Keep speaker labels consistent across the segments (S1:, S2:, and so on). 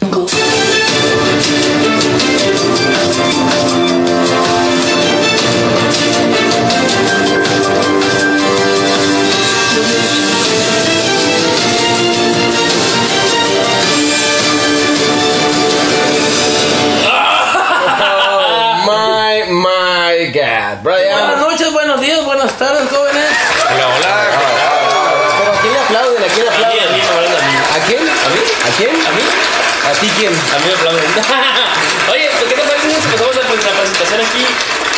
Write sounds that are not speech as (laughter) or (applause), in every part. S1: 5.
S2: My, my God,
S1: Buenas
S2: Brian.
S1: noches, buenos días, buenas tardes, jóvenes.
S3: Hola, hola.
S2: Pero ¿a quién le aplauden? ¿A quién le
S3: A mí, a
S2: aplauden?
S3: mí, me aplauden a mí.
S2: ¿A quién?
S3: ¿A mí?
S2: ¿A quién?
S3: ¿A mí?
S2: ¿A ti quién?
S3: A mí me aplauden. (laughs) Oye, ¿qué te parece si empezamos la la presentación aquí?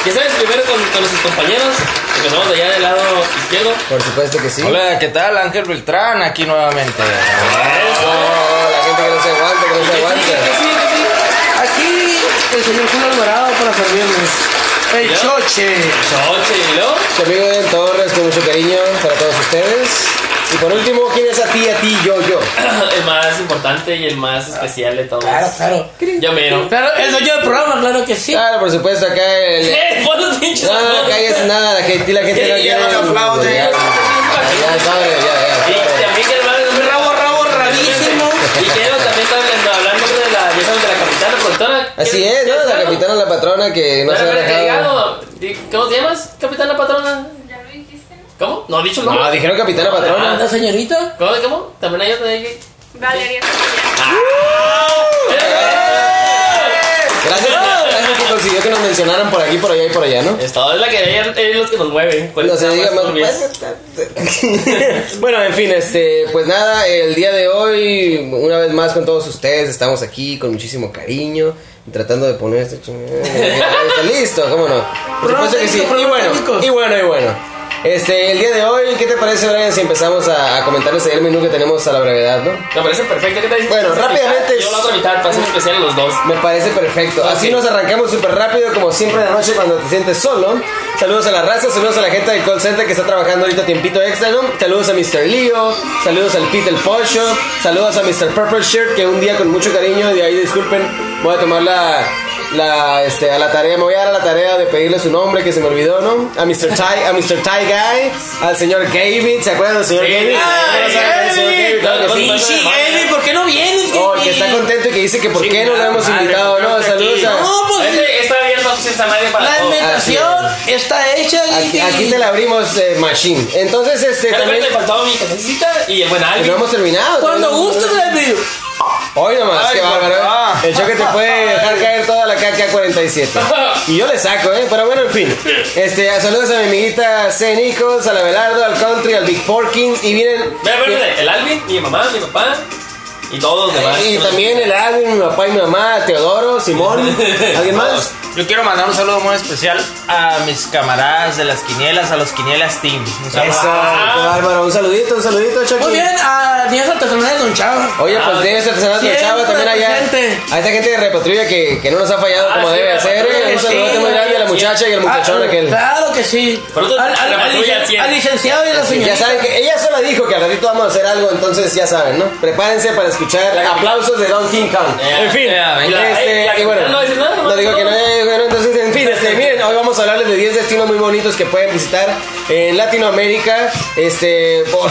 S3: Ya sabes, primero con, con nuestros compañeros. Empezamos de allá del lado izquierdo.
S2: Por supuesto que sí.
S4: Hola, ¿qué tal? Ángel Beltrán aquí nuevamente.
S2: Oh, la gente que no se aguanta, que no se
S3: ¿Qué sigue? ¿Qué
S2: aguanta.
S3: sigue? ¿Qué sigue?
S1: Aquí el señor Julio Alvarado para servirles. El
S3: ¿Ya?
S1: choche.
S3: Choche, ¿y luego? (clears throat)
S2: Su amigo Eden Torres, con mucho cariño para todos ustedes. Y por último, ¿quién es a ti, a ti, yo, yo?
S3: El más importante y el más especial de todos.
S1: claro.
S3: Yo mero.
S1: Claro, el dueño del programa, claro que sí.
S2: Claro, por supuesto, acá el...
S3: ¡Eh! (laughs) ¡Pon los pinches
S2: No, no, no, cállese nada, la gente,
S3: (laughs)
S2: la gente no
S3: Sí, ya
S2: quiere...
S3: no
S2: Ya,
S3: lo
S4: aplauden.
S2: ya, ya, sobre, ya,
S3: Y
S2: ya.
S3: también que el barrio de
S1: Rabo, rabo, rabísimo.
S3: Y que también está hablando de la, ya sabes, de la capitana productora.
S2: Así es, ¿no? La capitana, la patrona que no se ha dejado...
S3: ¿Cómo te llamas? Capitana patrona.
S5: ¿Ya lo dijiste? no?
S3: ¿Cómo? No, dicho no.
S2: No, Ah, dijeron capitana, patrona.
S1: Ah, ¿La señorita?
S3: ¿Cómo? ¿Cómo? También hay otra ahí.
S5: Valeria Soriano.
S2: ¡Ah! Gracias, gracias que consiguió que nos mencionaran por aquí, por allá y por allá, ¿no?
S3: Esta es la que es los que nos mueve.
S2: No se diga más.
S3: Pues,
S2: (laughs) bueno, en fin, este, pues nada, el día de hoy, una vez más con todos ustedes, estamos aquí con muchísimo cariño, tratando de poner este chingada. Está listo, cómo no. Por supuesto que sí. Y bueno, y bueno, y bueno. Este, el día de hoy, ¿qué te parece, Brian, si empezamos a, a comentarles ahí el menú que tenemos a la brevedad, no?
S3: Me parece perfecto. ¿Qué te dices?
S2: Bueno, rápidamente-
S3: Yo la otra mitad, para ser especial a los dos.
S2: Me parece perfecto. Así
S3: Ok.
S2: nos arrancamos súper rápido, como siempre en la noche cuando te sientes solo. Saludos a la raza, saludos a la gente del call center que está trabajando ahorita tiempito extra, ¿no? Saludos a Mr. Leo, saludos al Pete el Pollo, saludos a Mr. Purple Shirt, que un día con mucho cariño, de ahí disculpen, voy a tomar la, la, este, a la tarea, me voy a dar a la tarea de pedirle su nombre que se me olvidó, ¿no? A Mr. Ty, a Mr. Ty Guy, al señor David, ¿se acuerdan del señor
S3: Sí,
S2: David?
S3: David,
S2: David, claro que sí.
S3: David.
S1: Sí, Eddie, ¿por qué no vienes?
S2: ¿Ah? Oh, que está contento y que dice que por qué no lo hemos
S3: Madre,
S2: invitado, ¿no?
S3: porque
S2: Saludos
S3: aquí-
S2: a...
S1: No, pues-
S3: Este- Esta vía no se nadie para
S1: La
S3: todos.
S1: alimentación está hecha.
S2: oh, ah, Aquí,
S1: Guille.
S2: aquí te la abrimos, eh, Machine. Entonces, este,
S3: Creo que
S2: también...
S3: le faltaba mi cafecita y el buen
S2: que
S3: Alvin.
S2: No hemos terminado.
S1: Cuando
S2: todavía no-
S1: gustes, le pido.
S2: Hoy nomás,
S4: Ay,
S2: qué bárbaro. ¿eh?
S4: papá.
S2: El choque te puede
S1: (laughs)
S2: dejar caer toda la KK47. Y yo le saco, ¿eh? Pero bueno, en fin. Este, saludos a mi amiguita C. Nichols, al Abelardo, al Country, al Big Porkins. Y vienen...
S3: Mira, mira, mira, el Alvin, mi mamá, mi papá y todos los demás.
S2: Y también el Alvin, mi papá y mi mamá, Teodoro,
S1: (laughs)
S2: Simón. ¿Alguien más?
S4: Yo quiero mandar un saludo muy especial a mis camaradas de las quinielas, a los quinielas team. Un
S2: Eso,
S4: saludo.
S2: qué bárbaro. Un saludito, un saludito, Chucky.
S1: Muy bien, a 10 artesanales de Don Chava.
S2: Oye,
S3: Ah,
S2: pues tienes artesanal de
S1: siempre
S2: Chava también allá.
S1: presente.
S2: A esta gente de Repatrulla que, que no nos ha fallado
S3: Ah,
S2: como
S3: sí,
S2: debe
S3: Repatrulla,
S2: hacer. ¿eh? Un
S1: sí,
S2: saludo muy
S1: sí,
S2: grande a la
S3: sí.
S2: muchacha y al muchachón
S1: Ah,
S2: aquel.
S1: Claro que sí.
S3: Pronto,
S1: Al, al-
S3: la
S1: al
S3: patrulla
S1: licen-
S3: cien.
S1: al licenciado y a la
S2: Ya
S1: señorita.
S2: saben que ella sola dijo que al ratito vamos a hacer algo, entonces ya saben, ¿no? Prepárense para escuchar aplausos de Don King Kong.
S3: Eh,
S2: en fin,
S3: eh, y la- eh, la
S2: este, y bueno,
S3: capitán no dice nada,
S2: no
S3: ¿no?
S2: digo que no, eh, bueno, entonces, en
S3: (laughs)
S2: fin, este, miren, hoy vamos a hablarles de 10 destinos muy bonitos que pueden visitar en Latinoamérica. Este, (laughs) por-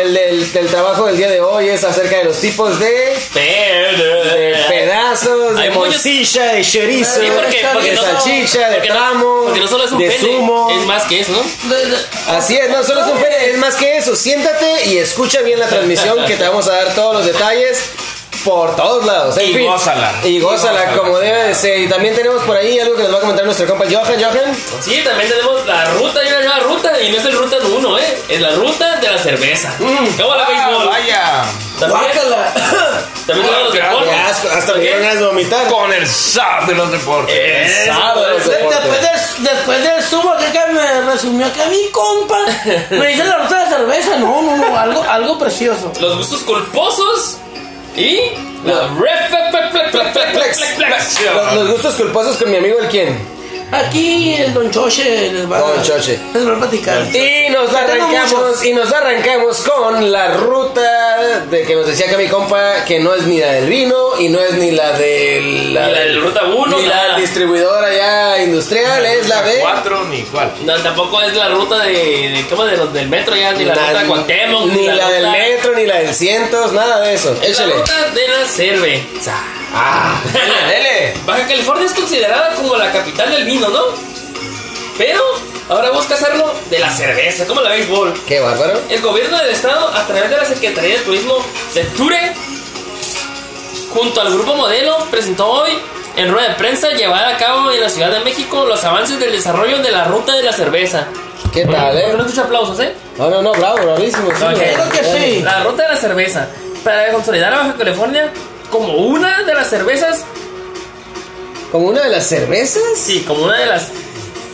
S2: el, del- del trabajo del día de hoy es acerca de los tipos de de pedazos, de
S3: Hay muchos-
S2: morcilla, de chorizo,
S3: Sí, porque, porque
S2: de
S3: no,
S2: salchicha, de
S3: porque no-
S2: tramo,
S3: porque no solo es un
S2: de
S3: pene,
S2: zumo.
S3: es más que eso, ¿no?
S1: De- de-
S2: Así es, no solo es un pene, es más que eso. Siéntate y escucha bien la transmisión que te vamos a dar todos los detalles por todos lados. En
S4: Y
S2: fin.
S4: gózala.
S2: Y gózala,
S4: Y gózala.
S2: como debe de ser. Y también tenemos por ahí algo que nos va a comentar nuestro compa Johan. Johan,
S3: Sí, también tenemos la ruta, hay una nueva ruta y no es el ruta 1, ¿eh? Es la ruta de la cerveza.
S2: Mm.
S3: ¿Cómo la
S4: Ah,
S3: béisbol?
S4: vaya.
S3: También,
S1: Guácala.
S3: también tenemos los
S4: Qué
S3: deportes.
S2: Ah, asco, hasta me
S3: ¿Por qué?
S2: dieron ganas de vomitar.
S4: Con el zap de los deportes.
S3: Eso,
S2: Sábado,
S3: pues.
S2: deporte.
S1: Después del, después del sumo que acá me resumió que a mi compa me dice la ruta de cerveza. No, no, no, algo, algo precioso.
S3: los gustos culposos y la
S2: Los,
S3: reflexión.
S2: los gustos culposos con mi amigo el quién.
S1: Aquí el Don Choche les va, a-
S2: Don Choche.
S1: Les va a platicar.
S2: Y nos la
S1: Que tengo
S2: arrancamos,
S1: muchos.
S2: y nos la arrancamos con la ruta de que nos decía que mi compa que no es ni la del vino y no es ni la de la,
S3: Ni la del Ruta uno,
S2: ni la
S3: nada.
S2: distribuidora ya industrial, es la de
S4: Cuatro ni cuál.
S3: No, tampoco es la ruta de, de ¿cómo? De los del metro ya, ni la, ruta de Cuauhtémoc,
S2: ni la del
S3: ruta-
S2: metro, ni la del cientos, nada de eso.
S3: Es la
S2: Échale.
S3: ruta de la cerveza.
S2: Ah,
S4: Dele, dele.
S3: Baja California es considerada como la capital del vino, ¿no? Pero ahora busca hacerlo de la cerveza, como la béisbol.
S2: qué bárbaro.
S3: El gobierno del estado, a través de la Secretaría de Turismo Secture, junto al grupo Modelo, presentó hoy en rueda de prensa llevar a cabo en la Ciudad de México los avances del desarrollo de la ruta de la cerveza.
S2: ¿Qué tal,
S3: Porque
S2: eh?
S3: no escucho aplausos, ¿eh?
S2: No, no, no, bravo, bravísimo. sí, eh.
S3: Ok.
S1: Creo que sí.
S3: La ruta de la cerveza. Para consolidar a Baja California como una de las cervezas
S2: ¿Como una de las cervezas?
S3: Sí, como una de las.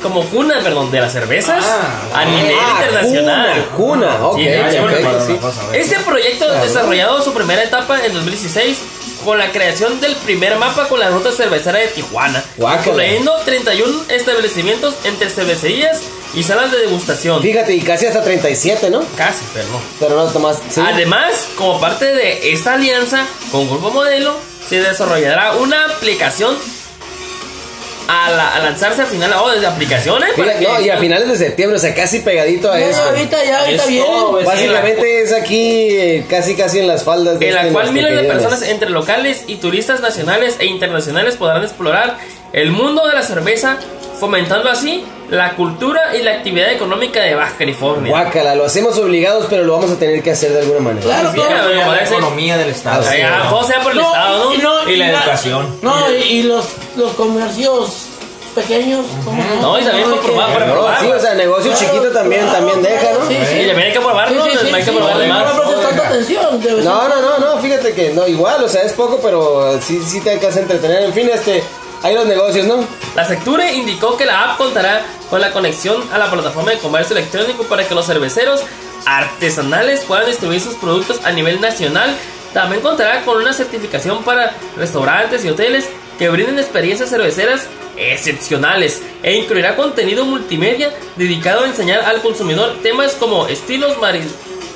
S3: Como cuna, perdón, de las cervezas
S2: Ah,
S3: a nivel
S2: ah,
S3: internacional.
S2: Cuna, cuna, ok.
S3: Sí,
S2: ok,
S3: sí, bueno,
S2: sí.
S3: Este proyecto
S2: Claro.
S3: desarrollado su primera etapa en 2016 con la creación del primer mapa con la ruta cervecera de Tijuana,
S2: Guácala.
S3: incluyendo 31 establecimientos entre cervecerías y salas de degustación.
S2: Fíjate, y casi hasta 37, ¿no?
S3: Casi, perdón.
S2: Pero no tomás. ¿sí?
S3: Ah, Además, como parte de esta alianza con Grupo Modelo, se desarrollará una aplicación a, la- a lanzarse a final oh, desde aplicaciones.
S2: Mira, no, y a finales de septiembre, o sea, casi pegadito a
S1: No,
S2: eso.
S1: ahorita ya, ahorita
S3: Es
S1: vienen.
S3: todo, pues,
S2: Básicamente es aquí, eh, casi casi en las faldas de
S3: en la
S2: este,
S3: cual
S2: los
S3: miles de
S2: pequeñones.
S3: personas entre locales y turistas nacionales e internacionales podrán explorar el mundo de la cerveza, fomentando así la cultura y la actividad económica de Baja California.
S2: Guácala, lo hacemos obligados, pero lo vamos a tener que hacer de alguna manera.
S1: Claro,
S3: Mira,
S1: todo.
S3: güey,
S4: La
S3: parece-
S4: economía del
S3: o
S4: Estado.
S3: sea, ya, todo eh, sea por el Estado, ¿no?
S4: Y la educación.
S1: No, y, y los, los comercios pequeños. ¿cómo se llama?
S3: No, y también por probar, por
S2: No,
S3: probar.
S2: sí, o sea, negocio
S1: Claro,
S2: chiquito también,
S1: claro,
S2: también
S1: claro,
S2: deja, ¿no?
S1: Sí, sí.
S3: Y también hay que probarlo,
S1: Sí, sí, sí,
S3: hay que
S1: sí,
S3: probar de
S1: no,
S3: más.
S1: No le prestes tanta atención. de vez en
S2: No, no, no, no, fíjate que no, igual, o sea, es poco, pero sí, sí te alcanza a entretener. En fin, este, hay los negocios, ¿no?
S3: La Secture indicó que la app contará con la conexión a la plataforma de comercio electrónico para que los cerveceros artesanales puedan distribuir sus productos a nivel nacional. También contará con una certificación para restaurantes y hoteles que brinden experiencias cerveceras excepcionales e incluirá contenido multimedia dedicado a enseñar al consumidor temas como estilos, mari-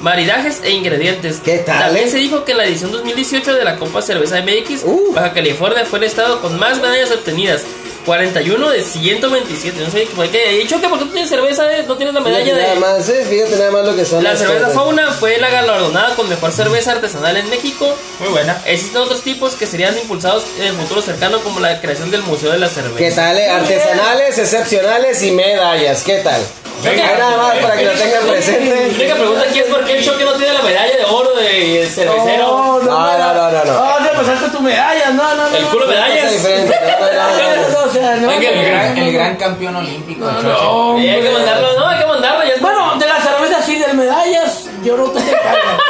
S3: maridajes e ingredientes.
S2: ¿Qué tal,
S3: También
S2: eh?
S3: se dijo que en la edición 2018 de la Copa Cerveza MX,
S2: Uh.
S3: Baja California fue el estado con más medallas obtenidas. 41 de 127. No sé por qué. He dicho que porque tú tienes cerveza, eh, no tienes la medalla
S2: Fíjate nada
S3: de.
S2: más, eh, fíjate nada más lo que son
S3: La
S2: las
S3: cerveza
S2: cosas.
S3: fauna fue la galardonada con mejor cerveza artesanal en México.
S4: Muy buena.
S3: Existen otros tipos que serían impulsados en el futuro cercano, como la creación del Museo de la Cerveza.
S2: ¿Qué tal? eh? Artesanales, excepcionales y medallas. ¿Qué tal?
S3: Venga.
S2: Ahí nada más para que lo tengan
S3: La única
S2: presente.
S3: pregunta aquí es por qué el Choque no tiene la medalla de oro de cervecero.
S1: No, no, no, no, no.
S2: no.
S1: te pasaste tu medalla, no, no, no.
S3: El culo
S1: no.
S2: Cosa
S3: medallas.
S2: diferente, no, no, no, no.
S1: O sea, no,
S3: Venga,
S1: no,
S3: el gran-
S1: no,
S6: El gran campeón olímpico.
S1: no,
S6: Chocho.
S1: no,
S3: Y hay que
S1: hombre.
S3: mandarlo, no, hay que mandarlo. Ya es
S1: Bueno, de las cervezas sí, de medallas,
S3: (laughs)
S1: yo no tú te cargas.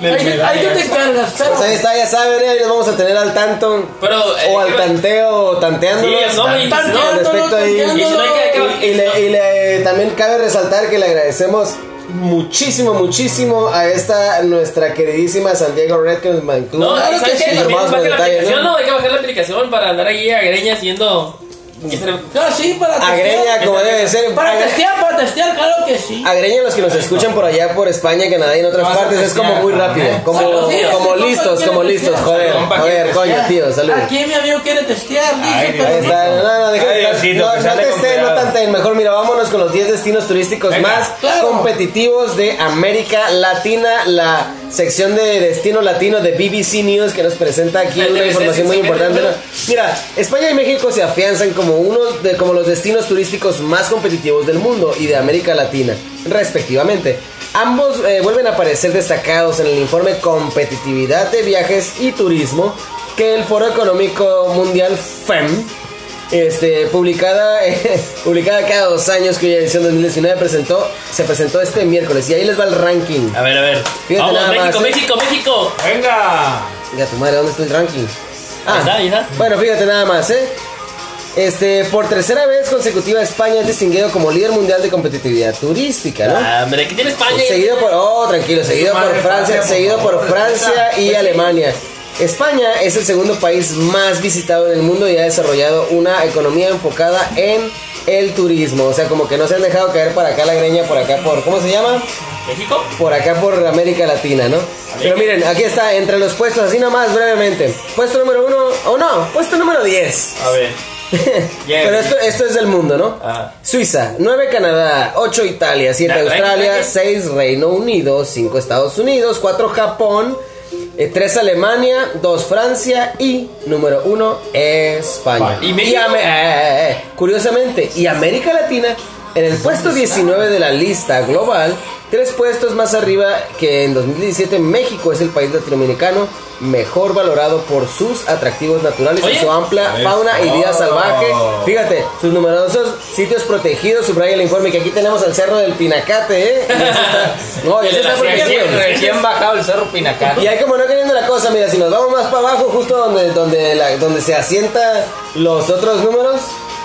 S1: Ahí que- ahí que te cargas, pero.
S2: Pues ahí está, ya saben, eh, ahí los vamos a tener al tanto.
S3: Pero, eh,
S2: o al
S3: que-
S2: tanteo, o tanteando.
S3: Sí, no, y-
S1: Tanto,
S3: no,
S2: Al respecto ahí.
S1: tanto,
S3: Y si no hay que-
S1: tanto.
S3: que-
S2: Y, y le, y le- también cabe resaltar que le agradecemos muchísimo, muchísimo a esta nuestra queridísima Santiago Red que nos mantuvo.
S3: No,
S1: Claro
S3: ¿y sabes
S1: que
S3: qué?
S1: sí.
S3: También
S2: Más
S3: baja la
S2: detalles,
S3: aplicación,
S2: ¿no?
S3: ¿no? Hay que bajar la aplicación para andar ahí a greña haciendo. este,
S1: Ah, sí, para
S2: A
S1: testear.
S2: Greña, como debe de ser.
S1: Para
S2: A-
S1: testear, para testear, claro que sí.
S2: A Greña, los que nos escuchan por allá, por España, Canadá y en otras
S6: Vas a
S2: partes, es como
S6: testear,
S2: muy rápido.
S6: ¿eh?
S2: Como,
S1: Saludos, tío,
S2: como
S1: compa,
S2: listos,
S1: ¿quién
S2: como
S1: es?
S2: listos. Joder,
S4: Compa,
S2: a ver,
S4: ¿quién
S2: coño, tío, saludos.
S1: Aquí mi amigo quiere testear, dice,
S4: Ay,
S1: pero
S2: Ahí
S1: no.
S2: está, no, no, deja
S4: Ay,
S2: de-
S4: Diosito,
S2: no,
S4: que
S2: no
S4: sale
S2: te
S4: con
S2: esté, no
S4: cuidado.
S2: tante, mejor mira, vámonos con los 10 destinos turísticos
S4: Venga.
S2: más
S1: Claro.
S2: competitivos de América Latina, la sección de destino latino de BBC News que nos presenta aquí
S4: Este
S3: Ay,
S2: una
S3: debe ser,
S2: información
S3: sí,
S2: muy
S3: sí,
S2: importante.
S3: pero-
S2: ¿no? Mira, España y México se afianzan como uno de como los destinos turísticos más competitivos del mundo y de América Latina, respectivamente. Ambos eh, vuelven a aparecer destacados en el informe Competitividad de Viajes y Turismo que el Foro Económico Mundial FEM este, publicada, (laughs) eh, publicada cada dos años, cuya edición 2019 presentó, se presentó este miércoles. Y ahí les va el ranking.
S3: A ver, a ver.
S2: Fíjate
S3: Vamos,
S2: nada
S3: México,
S2: más, ¿eh?
S3: México, México.
S4: Venga.
S2: Ya tu madre, ¿dónde está el ranking? Ah,
S3: Ahí está, ahí está.
S2: Bueno, fíjate nada más, ¿eh? Este, por tercera vez consecutiva, España es distinguido como líder mundial de competitividad turística, ¿no?
S3: Ah, Hombre, aquí tiene España.
S2: ¿Eh? Seguido por. Oh, tranquilo. Seguido por
S4: madre,
S2: Francia.
S4: Francia, por
S2: Seguido por
S4: favor,
S3: Ah,
S2: Francia
S3: pues
S2: y Alemania. España es el segundo país más visitado en el mundo y ha desarrollado una economía enfocada en el turismo. O sea, como que no se han dejado caer para acá la greña, por acá por. ¿Cómo se llama?
S3: México.
S2: por acá por América Latina, ¿no? Pero miren, aquí está, entre los puestos, así nomás brevemente. Puesto número uno, o no, puesto número 10.
S3: (laughs)
S4: A ver. Yeah.
S2: Pero esto, esto es del mundo, ¿no?
S4: Ah.
S2: Suiza, 9 Canadá, 8 Italia, 7
S3: Ya,
S2: Australia,
S3: tranqui, tranqui.
S2: 6 Reino Unido, 5 Estados Unidos, 4 Japón, eh, tres Alemania, dos Francia y número uno España.
S3: ¿Y México?
S2: Ame- eh, eh, eh, Curiosamente, y América Latina en el puesto 19 de la lista global, tres puestos más arriba que en 2017 México es el país latinoamericano mejor valorado por sus atractivos naturales y
S3: Oye.
S2: su amplia
S6: Eso.
S2: fauna y vida salvaje. Fíjate, sus numerosos sitios protegidos, subraya el informe que aquí tenemos al Cerro del Pinacate, ¿eh? Y
S3: (laughs)
S2: ese está- no, ese
S3: El de
S2: está
S3: la
S2: protegido.
S3: Sierra.
S4: Recién, recién bajado el cerro Pinacán.
S2: Y ahí como no queriendo la cosa, mira, si nos vamos más para abajo, justo donde, donde, la- donde se asientan los otros números,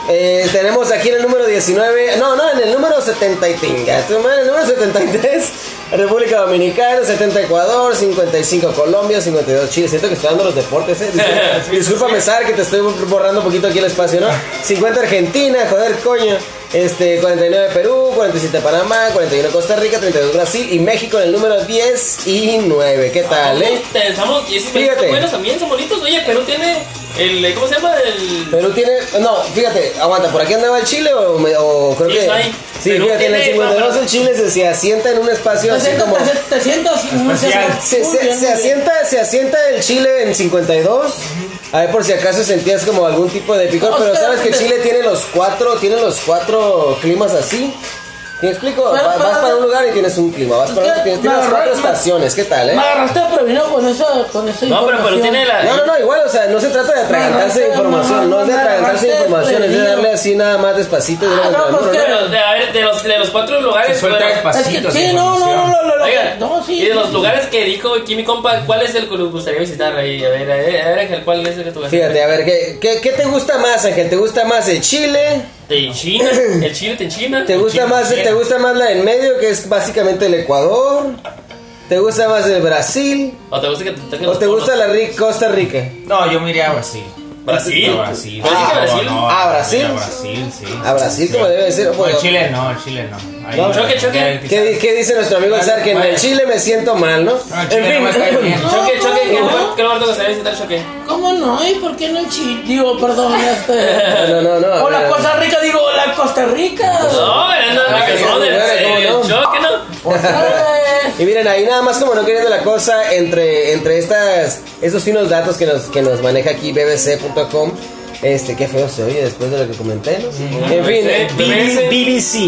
S2: eh, tenemos aquí en el número 19, no, no, en el número 70 y tinga, tu madre, en el número 73, (laughs) República Dominicana, 70 Ecuador, 55 Colombia, 52 Chile, siento que estoy dando los deportes, eh. Disculpa- Discúlpame, Sar, que te estoy borrando un poquito aquí el espacio, ¿no? 50 Argentina, joder, coño. Este, 49 Perú, 47 Panamá, 41 Costa Rica, 32 Brasil y México en el número 10 y 9. ¿Qué tal, eh?
S3: Te- Somos, y esos
S2: Fíjate.
S3: países son buenos también, son bonitos. Oye, Perú tiene el. eh, ¿Cómo se llama? El.
S2: Perú tiene. No, fíjate, aguanta, ¿por aquí andaba el Chile o, me- o creo
S3: Sí,
S2: que.
S3: está ahí.
S2: Sí,
S3: Perú
S2: fíjate, en el
S3: tiene-
S2: 52 el Chile se, se asienta en un espacio así como.
S1: Te sientas- te sientas muy bien.
S2: Se,
S1: Muy
S2: se-
S1: bien,
S2: se
S1: muy bien.
S2: asienta, se asienta el Chile en 52. A ver por si acaso sentías como algún tipo de picor,
S1: No,
S2: pero sabes que
S1: espérate.
S2: Chile tiene los cuatro, tiene los cuatro climas así. ¿Te explico?
S1: Pero,
S2: Va-
S1: pero,
S2: vas para
S1: pero-
S2: un lugar y tienes un clima, vas para otro, tienes, tienes las
S1: Marruecos-
S2: cuatro estaciones, ¿qué tal, eh?
S1: Me agarraste prevenido con eso, con esa
S3: No, pero Perú
S1: información.
S3: tiene la.
S2: No, no, no, igual, o sea, no se trata de atragantarse de
S1: No, no, no,
S2: información, no es de
S1: no, no,
S2: atragantarse de
S1: no, no,
S2: información, es de
S1: no, no,
S2: darle así nada más despacito. y de una
S1: Ah, no,
S2: vez al
S1: pues,
S2: otro,
S1: ¿qué?
S3: Pero, de- a ver, de los, de los cuatro lugares.
S6: Suelta
S3: bueno,
S1: Es que,
S6: despacito. esa
S1: sí, no, no, no,
S6: información.
S1: no, no, no,
S3: Oiga,
S1: no, sí.
S3: y de los lugares que dijo aquí mi compa, ¿cuál es el que le gustaría visitar? Ahí, a ver, a ver, a ver, Ángel, ¿cuál es el que tú
S2: ¿no?
S3: vas a
S2: Fíjate,
S3: visitar?
S2: a ver, ¿qué, qué, qué te gusta más, Ángel? ¿Te gusta más el Chile?
S3: De China, el Chile de China.
S2: ¿Te
S3: el
S2: gusta
S3: Chile,
S2: más,
S3: Chile.
S2: te gusta más la en medio, que es básicamente el Ecuador? ¿Te gusta más el Brasil?
S3: ¿O te gusta que te toquen
S2: ¿O
S3: los
S2: te
S3: conos?
S2: gusta la ri- Costa Rica?
S4: No, yo me iría a Brasil.
S3: Brasil?
S4: No, Brasil.
S3: ¿Pero sí que Brasil?
S2: Ah,
S4: yo
S2: Brasil.
S4: me iría A Brasil, sí.
S2: A Brasil,
S4: Sí.
S2: como debe de ser,
S4: No,
S2: bueno.
S4: Chile no, Chile no. Ahí
S2: No,
S4: no.
S3: choque, choque.
S2: ¿Qué, di- qué dice nuestro amigo Sar? Que en el Chile me siento mal, ¿no?
S4: No, Chile no me cae bien.
S3: Choque, choque, ¿qué
S1: No.
S3: lugar- ¿qué lugar te gustaría visitar, Choque?
S1: ¿Cómo no? ¿Y por qué no el Chile? Digo,
S3: (laughs)
S1: perdón, este.
S2: (laughs) No, no, no, no.
S1: O la
S2: mira,
S1: Costa Rica, digo, la
S2: (laughs)
S1: Costa Rica.
S3: No, pero no,
S2: Ah,
S3: que
S2: sí,
S3: son del-
S2: güey, ¿cómo
S3: del
S2: no?
S3: Choque, ¿no?
S1: Pues,
S2: Y miren, ahí nada más como no queriendo la cosa, entre, entre estas, esos finos datos que nos, que nos maneja aquí bbc.com, este, qué feo se oye después de lo que comenté, ¿no? En fin,
S3: BBC.
S2: BB-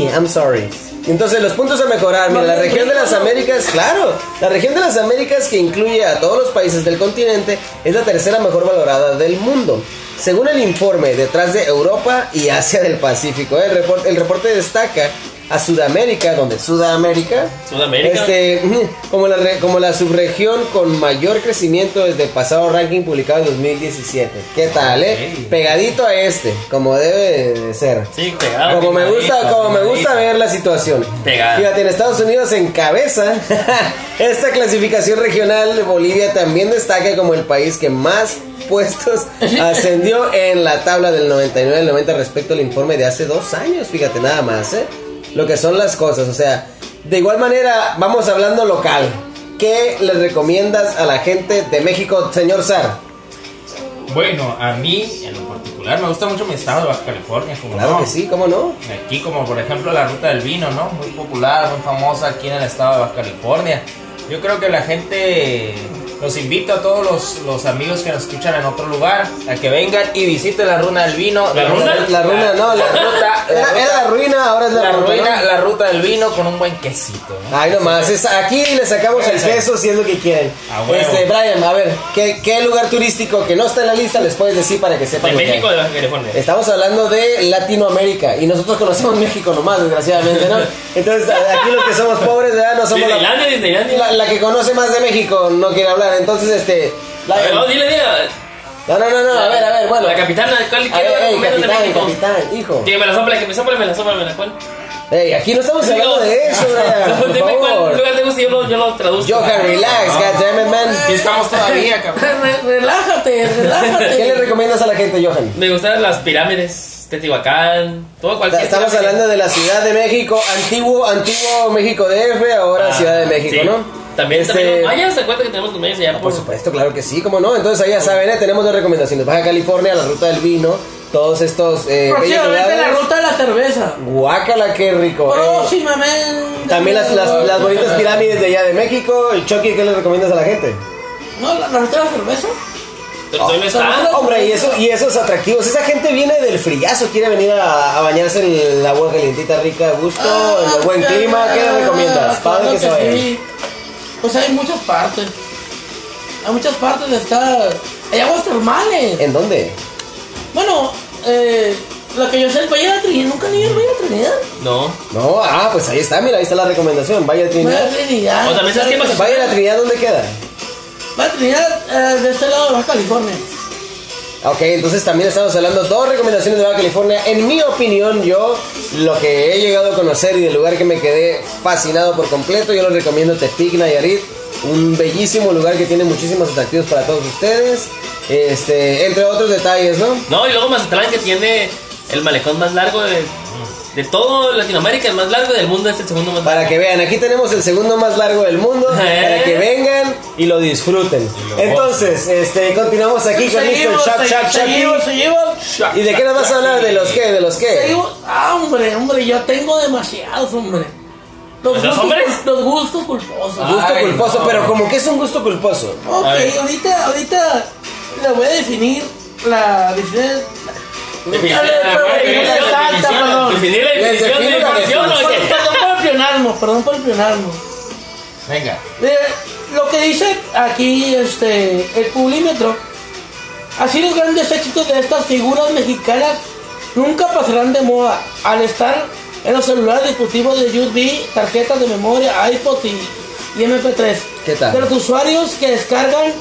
S2: BBC, I'm sorry. Entonces, los puntos a mejorar, mira, la región de las Américas, claro, la región de las Américas que incluye a todos los países del continente es la tercera mejor valorada del mundo. Según el informe, detrás de Europa y Asia del Pacífico, el reporte, el reporte destaca a Sudamérica, donde Sudamérica,
S3: Sudamérica.
S2: este, como la, re- como la subregión con mayor crecimiento desde el pasado ranking publicado en 2017. ¿Qué tal, eh?
S4: Ok.
S2: Pegadito a este, como debe de ser.
S3: Sí, pegado.
S2: Como me gusta,
S4: pegadito,
S2: como me gusta
S4: pegadito.
S2: ver la situación.
S3: Pegado.
S2: Fíjate, en Estados Unidos encabeza (laughs) esta clasificación regional. Bolivia también destaca como el país que más puestos ascendió en la tabla del 99 al 90 respecto al informe de hace dos años. Fíjate nada más, ¿eh? Lo que son las cosas. O sea, de igual manera, vamos hablando local. ¿Qué le recomiendas a la gente de México, señor Sar?
S4: Bueno, a mí en lo particular me gusta mucho mi estado de Baja California. Como
S2: Claro
S4: no.
S2: que sí, ¿cómo no?
S4: Aquí como por ejemplo la ruta del vino, ¿no? Muy popular, muy famosa aquí en el estado de Baja California. Yo creo que la gente, los invito a todos los, los amigos que nos escuchan en otro lugar, a que vengan y visiten la ruta del vino.
S3: ¿La
S4: ruta-
S3: ruta?
S2: La ruina, no, la
S4: ruta, la
S2: Era,
S4: ruta-
S2: era la ruina, ahora es la,
S4: la
S2: ruta, ¿no?
S4: ruina- la ruta del vino con un buen quesito, ¿no?
S2: Ay, nomás, es, aquí le sacamos el
S4: Ese.
S2: peso si es lo que quieren.
S4: A huevo.
S2: Este, Brian, a ver, ¿qué, qué lugar turístico que no está en la lista les puedes decir para que sepan?
S3: De
S2: lo que
S3: México,
S2: hay?
S3: de Baja California.
S2: Estamos hablando de Latinoamérica y nosotros conocemos México nomás, desgraciadamente, ¿no? Entonces, a- aquí los que somos pobres, ¿verdad? No somos la,
S3: Disneylandia, Disneylandia.
S2: la- la que conoce más de México, no quiere hablar. Entonces, este. la-
S3: A ver, no, dile, dile.
S2: no, no, no, no, a ver, a ver, bueno.
S3: La capitana, ¿cuál
S2: A
S3: qué
S2: ver, ey,
S3: recomiendas de
S2: capitán,
S3: México?
S2: capitán, hijo.
S3: Que me la sople, que me sople, me la sople, me la cual.
S2: Ey, aquí no estamos hablando
S3: (laughs)
S2: de eso, Brian.
S3: No,
S2: Por
S3: Dime cuál
S2: favor.
S3: lugar te gusta y yo lo, yo lo traduzco.
S2: Johan, relax,
S4: No.
S2: goddammit, man.
S4: Aquí estamos todavía, cabrón.
S1: re- re- relájate, relájate.
S2: ¿Qué le recomiendas a la gente, Johan?
S3: Me gustan las pirámides, Teotihuacán, todo cualquier.
S2: Estamos
S3: pirámide.
S2: hablando de la Ciudad de México, antiguo, antiguo México DF, ahora
S3: Ah,
S2: Ciudad de México,
S3: sí.
S2: ¿no?
S3: También,
S2: Este, Ah,
S3: también los mayas, ¿se acuerdan que tenemos los mayas allá?
S2: Por supuesto, claro que sí, cómo no. Entonces ahí ya saben, ¿eh? tenemos dos recomendaciones. Baja California, la ruta del vino, todos estos eh, bellos
S1: Próximamente la
S2: lugares.
S1: ruta de la cerveza.
S2: Guácala, qué rico. eh.
S1: Próximamente.
S2: También las, las, las bonitas pirámides de allá de México. Chucky, ¿qué le recomiendas a la gente?
S1: No, la, la ruta de la cerveza.
S3: Pero todavía no está.
S2: Ah, Hombre, y, eso, y esos atractivos. Esa gente viene del frillazo, quiere venir a, a bañarse en el agua calientita, rica, a gusto, en el buen
S1: Ah,
S2: clima. ¿Qué le recomiendas? ¿Para dónde
S1: claro
S2: que se
S1: que
S2: vayan?
S1: sí. Pues hay muchas partes. Hay muchas partes de estar. Hay aguas termales.
S2: ¿En dónde?
S1: Bueno, eh, lo que yo sé, el Valle de la Trinidad. Nunca ni el Valle de la Trinidad.
S3: No.
S2: No, ah, pues ahí está, mira, ahí está la recomendación. Vaya a
S1: Valle de
S2: Trinidad.
S1: la Trinidad.
S3: O también, ¿sabes qué pasa?
S2: Vaya a la Trinidad, ¿dónde queda?
S1: Valle de la Trinidad eh, de este lado de Baja California.
S2: Ok, entonces también estamos hablando dos recomendaciones de Baja California. En mi opinión, yo lo que he llegado a conocer y del lugar que me quedé fascinado por completo, yo les recomiendo Tepic Nayarit, un bellísimo lugar que tiene muchísimos atractivos para todos ustedes, este, entre otros detalles, ¿no?
S3: No, y luego Mazatlán que tiene el malecón más largo de, de todo Latinoamérica, el más largo del mundo es el segundo más largo.
S2: Para que vean, aquí tenemos el segundo más largo del mundo,
S3: ¿Eh?
S2: para que vengan y lo disfruten.
S4: lo gocen.
S2: Entonces, este, continuamos aquí con Mr.
S1: Seguimos,
S2: Chap Chap Chap.
S1: seguimos, seguimos.
S2: ¿Y de qué nos vas a hablar? ¿De los qué? ¿De los qué?
S1: Seguimos. Ah, hombre, hombre, yo tengo demasiados, hombre. Los,
S3: ¿Los
S1: gustos,
S3: hombres? Ah,
S1: cul- los gustos culposos.
S2: Gusto
S4: Ay,
S2: culposo,
S4: no.
S2: pero como que es un gusto culposo.
S1: Ok,
S3: A ver.
S1: ahorita, ahorita le voy a definir la definición.
S3: Definición,
S1: Ah,
S3: la
S1: pero-
S3: definición,
S1: exacta,
S4: definición,
S1: perdón.
S3: Definir la
S2: Les
S3: definición de
S2: defino la
S3: información,
S2: definición.
S3: oye.
S1: Perdón por el pionarmo, perdón por el pionarmo.
S4: Venga.
S1: Eh, lo que dice aquí este el pulímetro así los grandes éxitos de estas figuras mexicanas nunca pasarán de moda al estar en los celulares dispositivos de USB tarjetas de memoria iPod y, y MP3
S2: ¿Qué tal?
S1: de los usuarios que descargan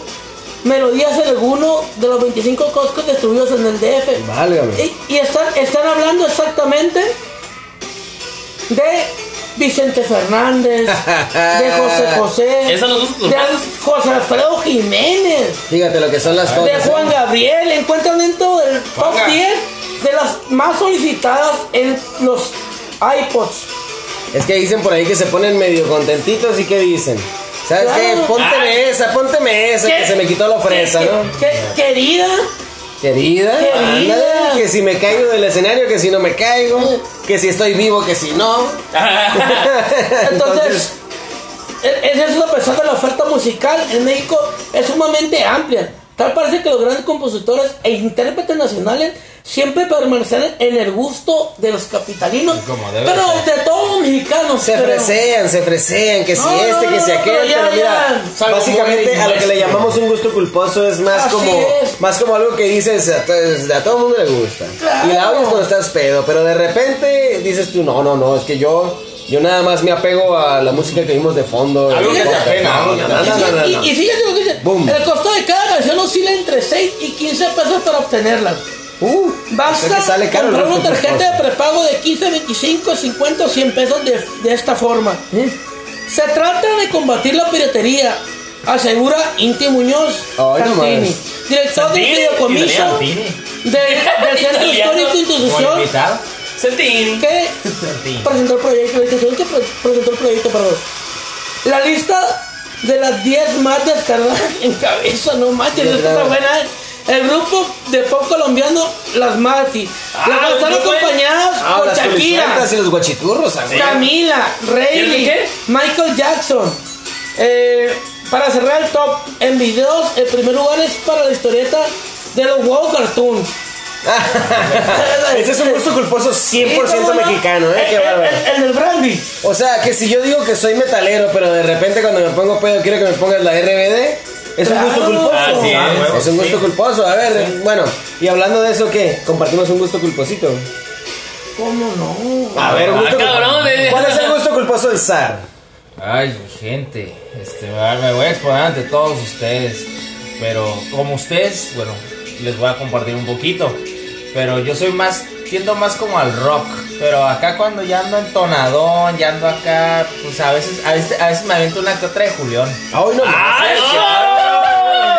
S1: melodías de alguno de los 25 coscos destruidos en el DF
S2: Válgame.
S1: y, y están, están hablando exactamente de Vicente Fernández, de José José,
S3: Esos son los gustos
S1: de
S3: culposos.
S1: José Alfredo Jiménez,
S2: Fíjate lo que son las ¿eh?
S1: de
S2: cosas.
S1: Juan Gabriel. Encuentran dentro del top
S4: Juanga.
S1: 10 de las más solicitadas en los iPods.
S2: Es que dicen por ahí que se ponen medio contentitos y que dicen. ¿Sabes
S1: Claro.
S2: qué? Pónteme esa, pónteme esa,
S1: ¿Qué?
S2: que se me quitó la fresa,
S1: Que-
S2: ¿no?
S1: que- querida,
S2: Querida,
S1: Querida.
S2: ándale, que si me caigo del escenario, que si no me caigo, que si estoy vivo, que si no.
S1: (laughs) Entonces, e- esa es una persona de la oferta musical en México es sumamente amplia. Tal parece que los grandes compositores e intérpretes nacionales siempre permanecen en el gusto de los capitalinos,
S4: Y como debe
S1: pero
S4: ser.
S1: de todos los mexicanos.
S2: se
S1: pero-
S2: fresean, se fresean, que si
S1: No,
S2: este,
S1: no,
S2: que si aquel,
S1: no, pero
S2: pero,
S1: ya,
S2: mira,
S1: ya.
S4: Es algo
S2: básicamente
S4: muy
S2: a lo que le
S4: nuestro.
S2: llamamos un gusto culposo es más
S1: Así
S2: como
S1: es.
S2: más como algo que dices a, to- a todo el mundo le gusta.
S1: Claro.
S2: Y la oyes cuando estás pedo, pero de repente dices tú, no, no, no, es que yo yo nada más me apego a la música que vimos de fondo.
S4: Algo
S2: en el
S1: que te
S2: podcast".
S4: apena,
S2: No,
S4: algo que
S2: no,
S4: te
S2: no,
S1: Y,
S2: no, no,
S1: sí-
S2: no.
S1: y- y fíjate lo que dice,
S2: Boom.
S1: el costo de cada canción oscila entre 6 y 15 pesos para obtenerla.
S2: Uh, o sea
S1: Basta
S2: que sale caro el
S1: comprar una
S2: gusto
S1: tarjeta de
S2: culposo.
S1: prepago de 15, 25, 50 o 100 pesos de, de esta forma.
S2: ¿Eh?
S1: Se trata de combatir la piratería, asegura Inti Muñoz
S2: Ay, no
S1: Santini, director del
S3: Santini,
S1: videocomiso
S3: italiano.
S1: de-
S3: (laughs)
S1: del Centro
S3: Italiano.
S1: Histórico Institución
S4: invitado?
S3: Sentín.
S1: que presentó el proyecto, la institución que pre- presentó el proyecto, perdón. La lista de las 10 más descargadas (laughs) en cabeza, no manches,
S2: Ya,
S1: esta
S2: claro.
S1: está buena. eh. El grupo de pop colombiano, Las Mati. las
S3: Ah,
S1: que están
S3: ¿no fue?
S1: acompañadas
S2: Ah,
S1: por
S2: las
S1: Shakira,
S2: colisueltas y los guachiturros,
S1: (laughs)
S2: amigo.
S1: Camila,
S3: ¿Y
S1: Rayleigh,
S3: el qué?
S1: Michael Jackson. Eh, para cerrar el top en videos, el primer lugar es para la historieta de los Wow Cartoons.
S2: Ese es un gusto culposo 100%
S1: ¿cómo no?
S2: mexicano, eh, qué
S1: El- el-
S2: bárbaro.
S1: el- el del brandy.
S2: O sea, que si yo digo que soy metalero, pero de repente cuando me pongo pedo quiero que me pongas la RBD, es un gusto
S1: Claro.
S2: culposo.
S1: Así
S4: es, huevo,
S2: es un gusto
S4: sí.
S2: culposo. A ver, bueno, y hablando de eso, ¿qué? Compartimos un gusto culposito.
S1: ¿Cómo no?
S2: A ver,
S3: Ah,
S2: gusto
S3: cabrón, eh.
S2: ¿Cuál es el gusto culposo del zar?
S4: Ay, gente, este, va- me voy a exponer ante todos ustedes, pero como ustedes, bueno, les voy a compartir un poquito, pero yo soy más, tiendo más como al rock, pero acá cuando ya ando entonadón, ya ando acá, pues a veces, a veces, a veces me avento una que otra de Julián.
S2: Ay, Ah, no.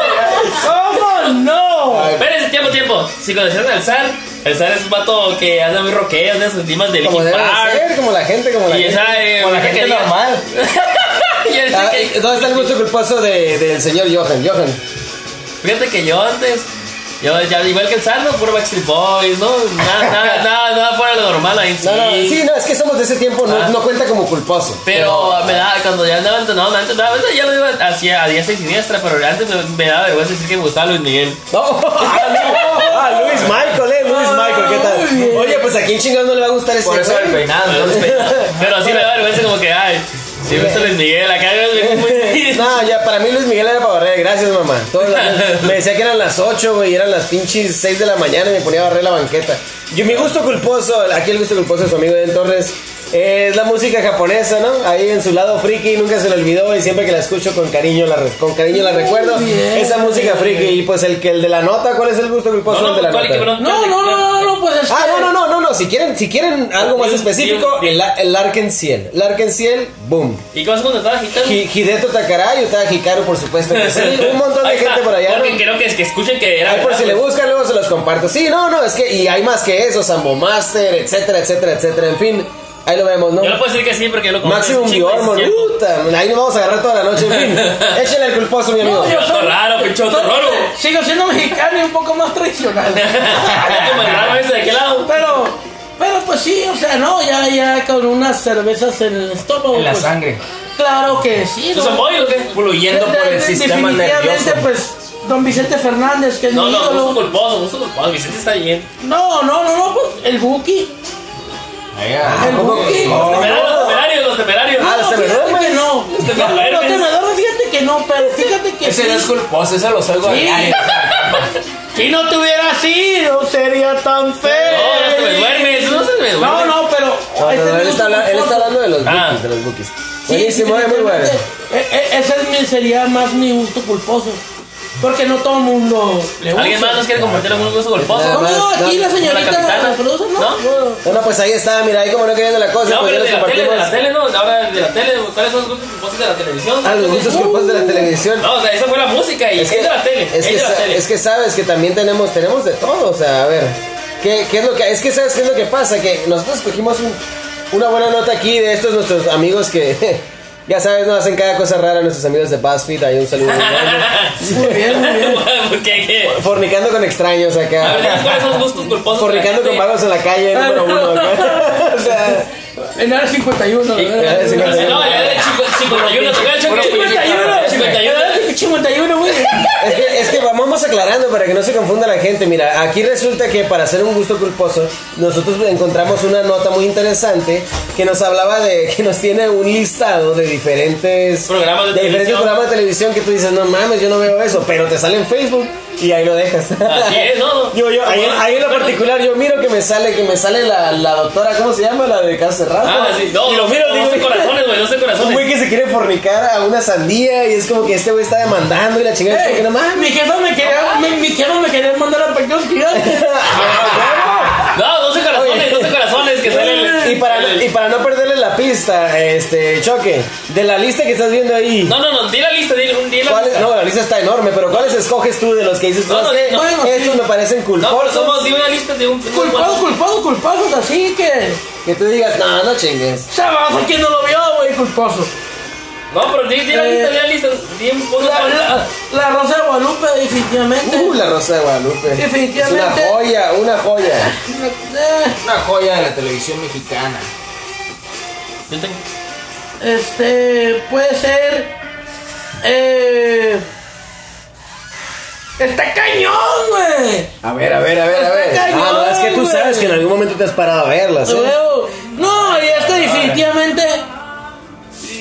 S3: ¡Ay,
S1: ¿Cómo no?
S3: no! Espérense, tiempo, tiempo. Si conocieron al zar, el zar es un vato que anda muy rockero, anda en sus limas de Linkin
S2: como debe de
S3: Park.
S2: ser, como la gente, como la
S3: Y
S2: gente.
S3: esa, eh,
S4: Con la
S3: una
S4: gente
S3: que diga-
S4: normal.
S3: (laughs) Y el
S2: Ah,
S3: que-
S2: ¿Dónde está el gusto culposo de- del señor Johan? Johan.
S3: Fíjate que yo antes Yo, ya, igual que el Sarno, puro Backstreet Boys, ¿no?
S2: (laughs)
S3: Nada, nada, nada, nada fuera de lo normal ahí.
S2: No, no, sí, no, es que somos de ese tiempo, no,
S3: Ah.
S2: no cuenta como culposo.
S3: Pero me daba, cuando ya andaba entonado, antes, daba- antes ya lo iba hacia a diestra y siniestra, pero antes me, me daba vergüenza decir que me gustaba Luis Miguel.
S2: No. (laughs) Ah, Luis Michael, eh, Luis Michael, ¿qué tal? Oye, pues a quién chingados no le va a gustar este ese
S4: Por eso el
S2: güey?
S4: peinado.
S3: Pero,
S4: (laughs) entonces,
S3: pero así me daba vergüenza como que, ay, si me gusta Luis Miguel, acá me muy...
S2: (laughs) No, ya para mí Luis Miguel era para barrer, gracias mamá.
S3: (laughs)
S2: Todos los- me decía que eran las 8, güey, y eran las pinches 6 de la mañana y me ponía a barrer la banqueta. Yo, mi gusto culposo, aquí el gusto culposo de su amigo Eden Torres, es la música japonesa, ¿no? Ahí en su lado friki, nunca se le olvidó y siempre que la escucho con cariño la, re- con cariño la recuerdo.
S1: bien.
S2: Esa música friki y pues el que el de la nota, ¿cuál es el gusto culposo
S3: No, no,
S2: del de la
S3: ¿cuál-
S2: nota?
S3: qué- perdón?
S1: No, no, no, no, no, pues es
S2: Ah,
S1: que-
S2: no, no, no, no, no. Si quieren, si quieren algo más
S3: Dios,
S2: específico,
S3: Dios.
S2: el, la- el Larkin 100. Larkin 100, boom.
S3: ¿Y qué vas a contratar a Gitano? (laughs)
S2: Hi- Hideto Takara y Utah Hikaru, por supuesto. que sí. pues, Un montón de
S3: Ahí está,
S2: gente por allá.
S3: Porque
S2: ¿no?
S3: creo que, que escuchen que era...
S2: Ahí por si le buscan, luego se los comparto. Sí, no, no, es que. Y hay más que eso, Sambo Master, etcétera, etcétera, etcétera. En fin, ahí lo vemos, ¿no?
S3: Yo no puedo decir que sí pues, porque yo lo conozco.
S2: Maximum
S3: Chico,
S2: Dior,
S3: es cierto.
S2: puta. Ahí nos vamos a agarrar toda la noche. En fin,
S3: (laughs)
S2: échenle el culposo, mi amigo.
S1: No, yo soy-
S3: raro, pinche vato
S1: soy-
S3: raro.
S1: Sigo siendo mexicano y un poco más tradicional.
S3: (laughs) Hay que mandarlo ese de qué lado.
S1: pero, pero pues sí, o sea, no, ya, ya con unas cervezas en el estómago.
S4: En la
S1: pues,
S4: sangre.
S1: Claro que sí.
S3: ¿Tú
S1: ¿no?
S3: son boy o qué?
S4: Fluyendo por
S1: De-
S4: el
S1: de-
S4: sistema
S1: definitivamente,
S4: nervioso.
S1: pues, don Vicente Fernández, que es
S3: No,
S1: mi
S3: no,
S1: ídolo.
S3: gusto culposo, gusto culposo. Vicente está bien.
S1: No, no, no, no, pues, el Buki.
S4: Ahí, ah,
S1: El
S2: poco?
S1: Buki.
S3: Temerarios,
S2: No.
S3: los temerarios, los temerarios.
S2: Ah,
S1: No,
S2: los
S1: fíjate
S2: temerarios.
S1: que no.
S4: Este
S3: Los temerarios.
S1: No, te me duermes, fíjate que no, pero fíjate que
S4: Ese
S1: sí.
S4: no es culposo, ese lo salgo
S1: Sí. Si no te hubiera sido, sería tan feo.
S3: No, no se me duerme, eso no se me duerme.
S1: No, no, pero.
S2: No, no,
S1: ese
S2: no,
S1: es
S2: él
S1: mi
S2: está, habla- él
S1: gusto
S2: está
S1: culposo.
S2: hablando de los
S3: Ah.
S2: bookies, de los bookies.
S1: Sí,
S2: Buenísimo, eh, muy bueno.
S1: definitivamente, e- e- Ese es mi- sería más mi gusto culposo. Porque no todo el mundo le gusta.
S3: ¿Alguien más nos quiere compartir algún gusto culposo?
S2: Nada más.
S1: No, aquí
S2: Como
S1: la
S3: la
S1: señorita
S3: capitana.
S1: la produce, ¿no?
S3: ¿No?
S1: No.
S2: Bueno, pues ahí está, mira, ahí como no queriendo la cosa,
S3: No,
S2: pues
S3: pero
S2: ya los
S3: de la tele, de la
S2: compartimos.
S3: tele, no, ahora de la tele, ¿cuáles son los gustos culposos de la televisión?
S2: Ah, los gustos culposos de la televisión. Eh,
S3: No, o sea, esa fue la música y es, de la tele, es,
S2: Es que,
S3: de la (laughs)
S2: sa-
S3: tele.
S2: es que sabes que también tenemos tenemos de todo, o sea, a ver, ¿qué, qué es lo que es que sabes qué es lo que pasa que nosotros cogimos un- una buena nota aquí de estos nuestros amigos que (laughs) ya sabes, no hacen cada cosa rara nuestros amigos de BuzzFeed, ahí
S3: (laughs)
S2: un saludo. enorme.
S1: Muy bien, muy bien.
S3: ¿Por qué? ¿Qué?
S2: Fornicando con extraños
S3: A ver, dinos, ¿cuáles
S2: acá.
S3: son los gustos culposos? de la
S2: Fornicando
S3: gente?
S2: con vagos en la calle número
S3: (laughs)
S2: uno acá. (laughs) O sea,
S1: En el 51,
S2: Y-
S1: ¿verdad?
S2: Ah, sí,
S3: No, ya era chico, 51, te voy a echar que-
S1: 51,
S3: 51.
S1: 51, güey.
S3: (laughs)
S2: Es que, es que vamos aclarando para que no se confunda la gente. Mira, aquí resulta que para hacer un gusto culposo, nosotros encontramos una nota muy interesante que nos hablaba de que nos tiene un listado de diferentes
S3: Programas de
S2: diferentes
S3: televisión.
S2: programas de televisión que tú dices, no mames, yo no veo eso, pero te sale en Facebook y ahí lo dejas.
S3: Así es, ¿no?
S2: (laughs) Yo, yo, ahí, ahí en lo particular, yo miro que me sale, que me sale la, la doctora, ¿cómo se llama? La de casa cerrada.
S3: Ah, sí, no,
S2: y lo miro,
S3: no,
S2: digo,
S3: sé corazones, güey, no sé
S2: un
S3: corazones.
S2: güey que se quiere fornicar a una sandía y es como que este güey está demandando y la chingada es como que no mames. Ah.
S1: Mi jefa me quería, mi, mi jefa me quería mandar a pecados
S2: (laughs)
S1: gigantes.
S3: No, 12 corazones,
S2: Oye.
S3: 12 corazones que salen.
S2: Y para, y para no perderle la pista, este, Choque, de la lista que estás viendo ahí,
S3: No, no, no, di la lista, di, di la
S2: ¿cuáles-
S3: lista.
S2: no, la lista está enorme, pero ¿cuáles escoges tú de los que dices,
S3: No, no,
S2: "Sabes qué?
S3: no.
S2: estos me parecen
S3: No, pero
S2: culposos?
S3: somos de una lista de un.
S1: culpados, culpados, culpados, así que.
S2: que tú digas, no, no chingues.
S1: Sabes quién no lo vio, güey, culposo.
S3: No, pero di, di la
S1: Eh,
S3: lista, di la lista. Di un punto.
S1: La, la- la Rosa de Guadalupe, definitivamente.
S2: Uh, la Rosa de Guadalupe. Es una
S1: Definitivamente.
S2: joya, una joya.
S1: Eh,
S4: Una joya de la televisión mexicana.
S3: Yo tengo.
S1: Este, puede ser. Eh. Está cañón, güey.
S2: A ver, a ver, a ver, a ver.
S1: Está
S2: Ah, no, es que tú
S1: cañón,
S2: sabes
S1: güey.
S2: que en algún momento te has parado a verlas. ¿eh?
S1: Luego, No, y esto definitivamente.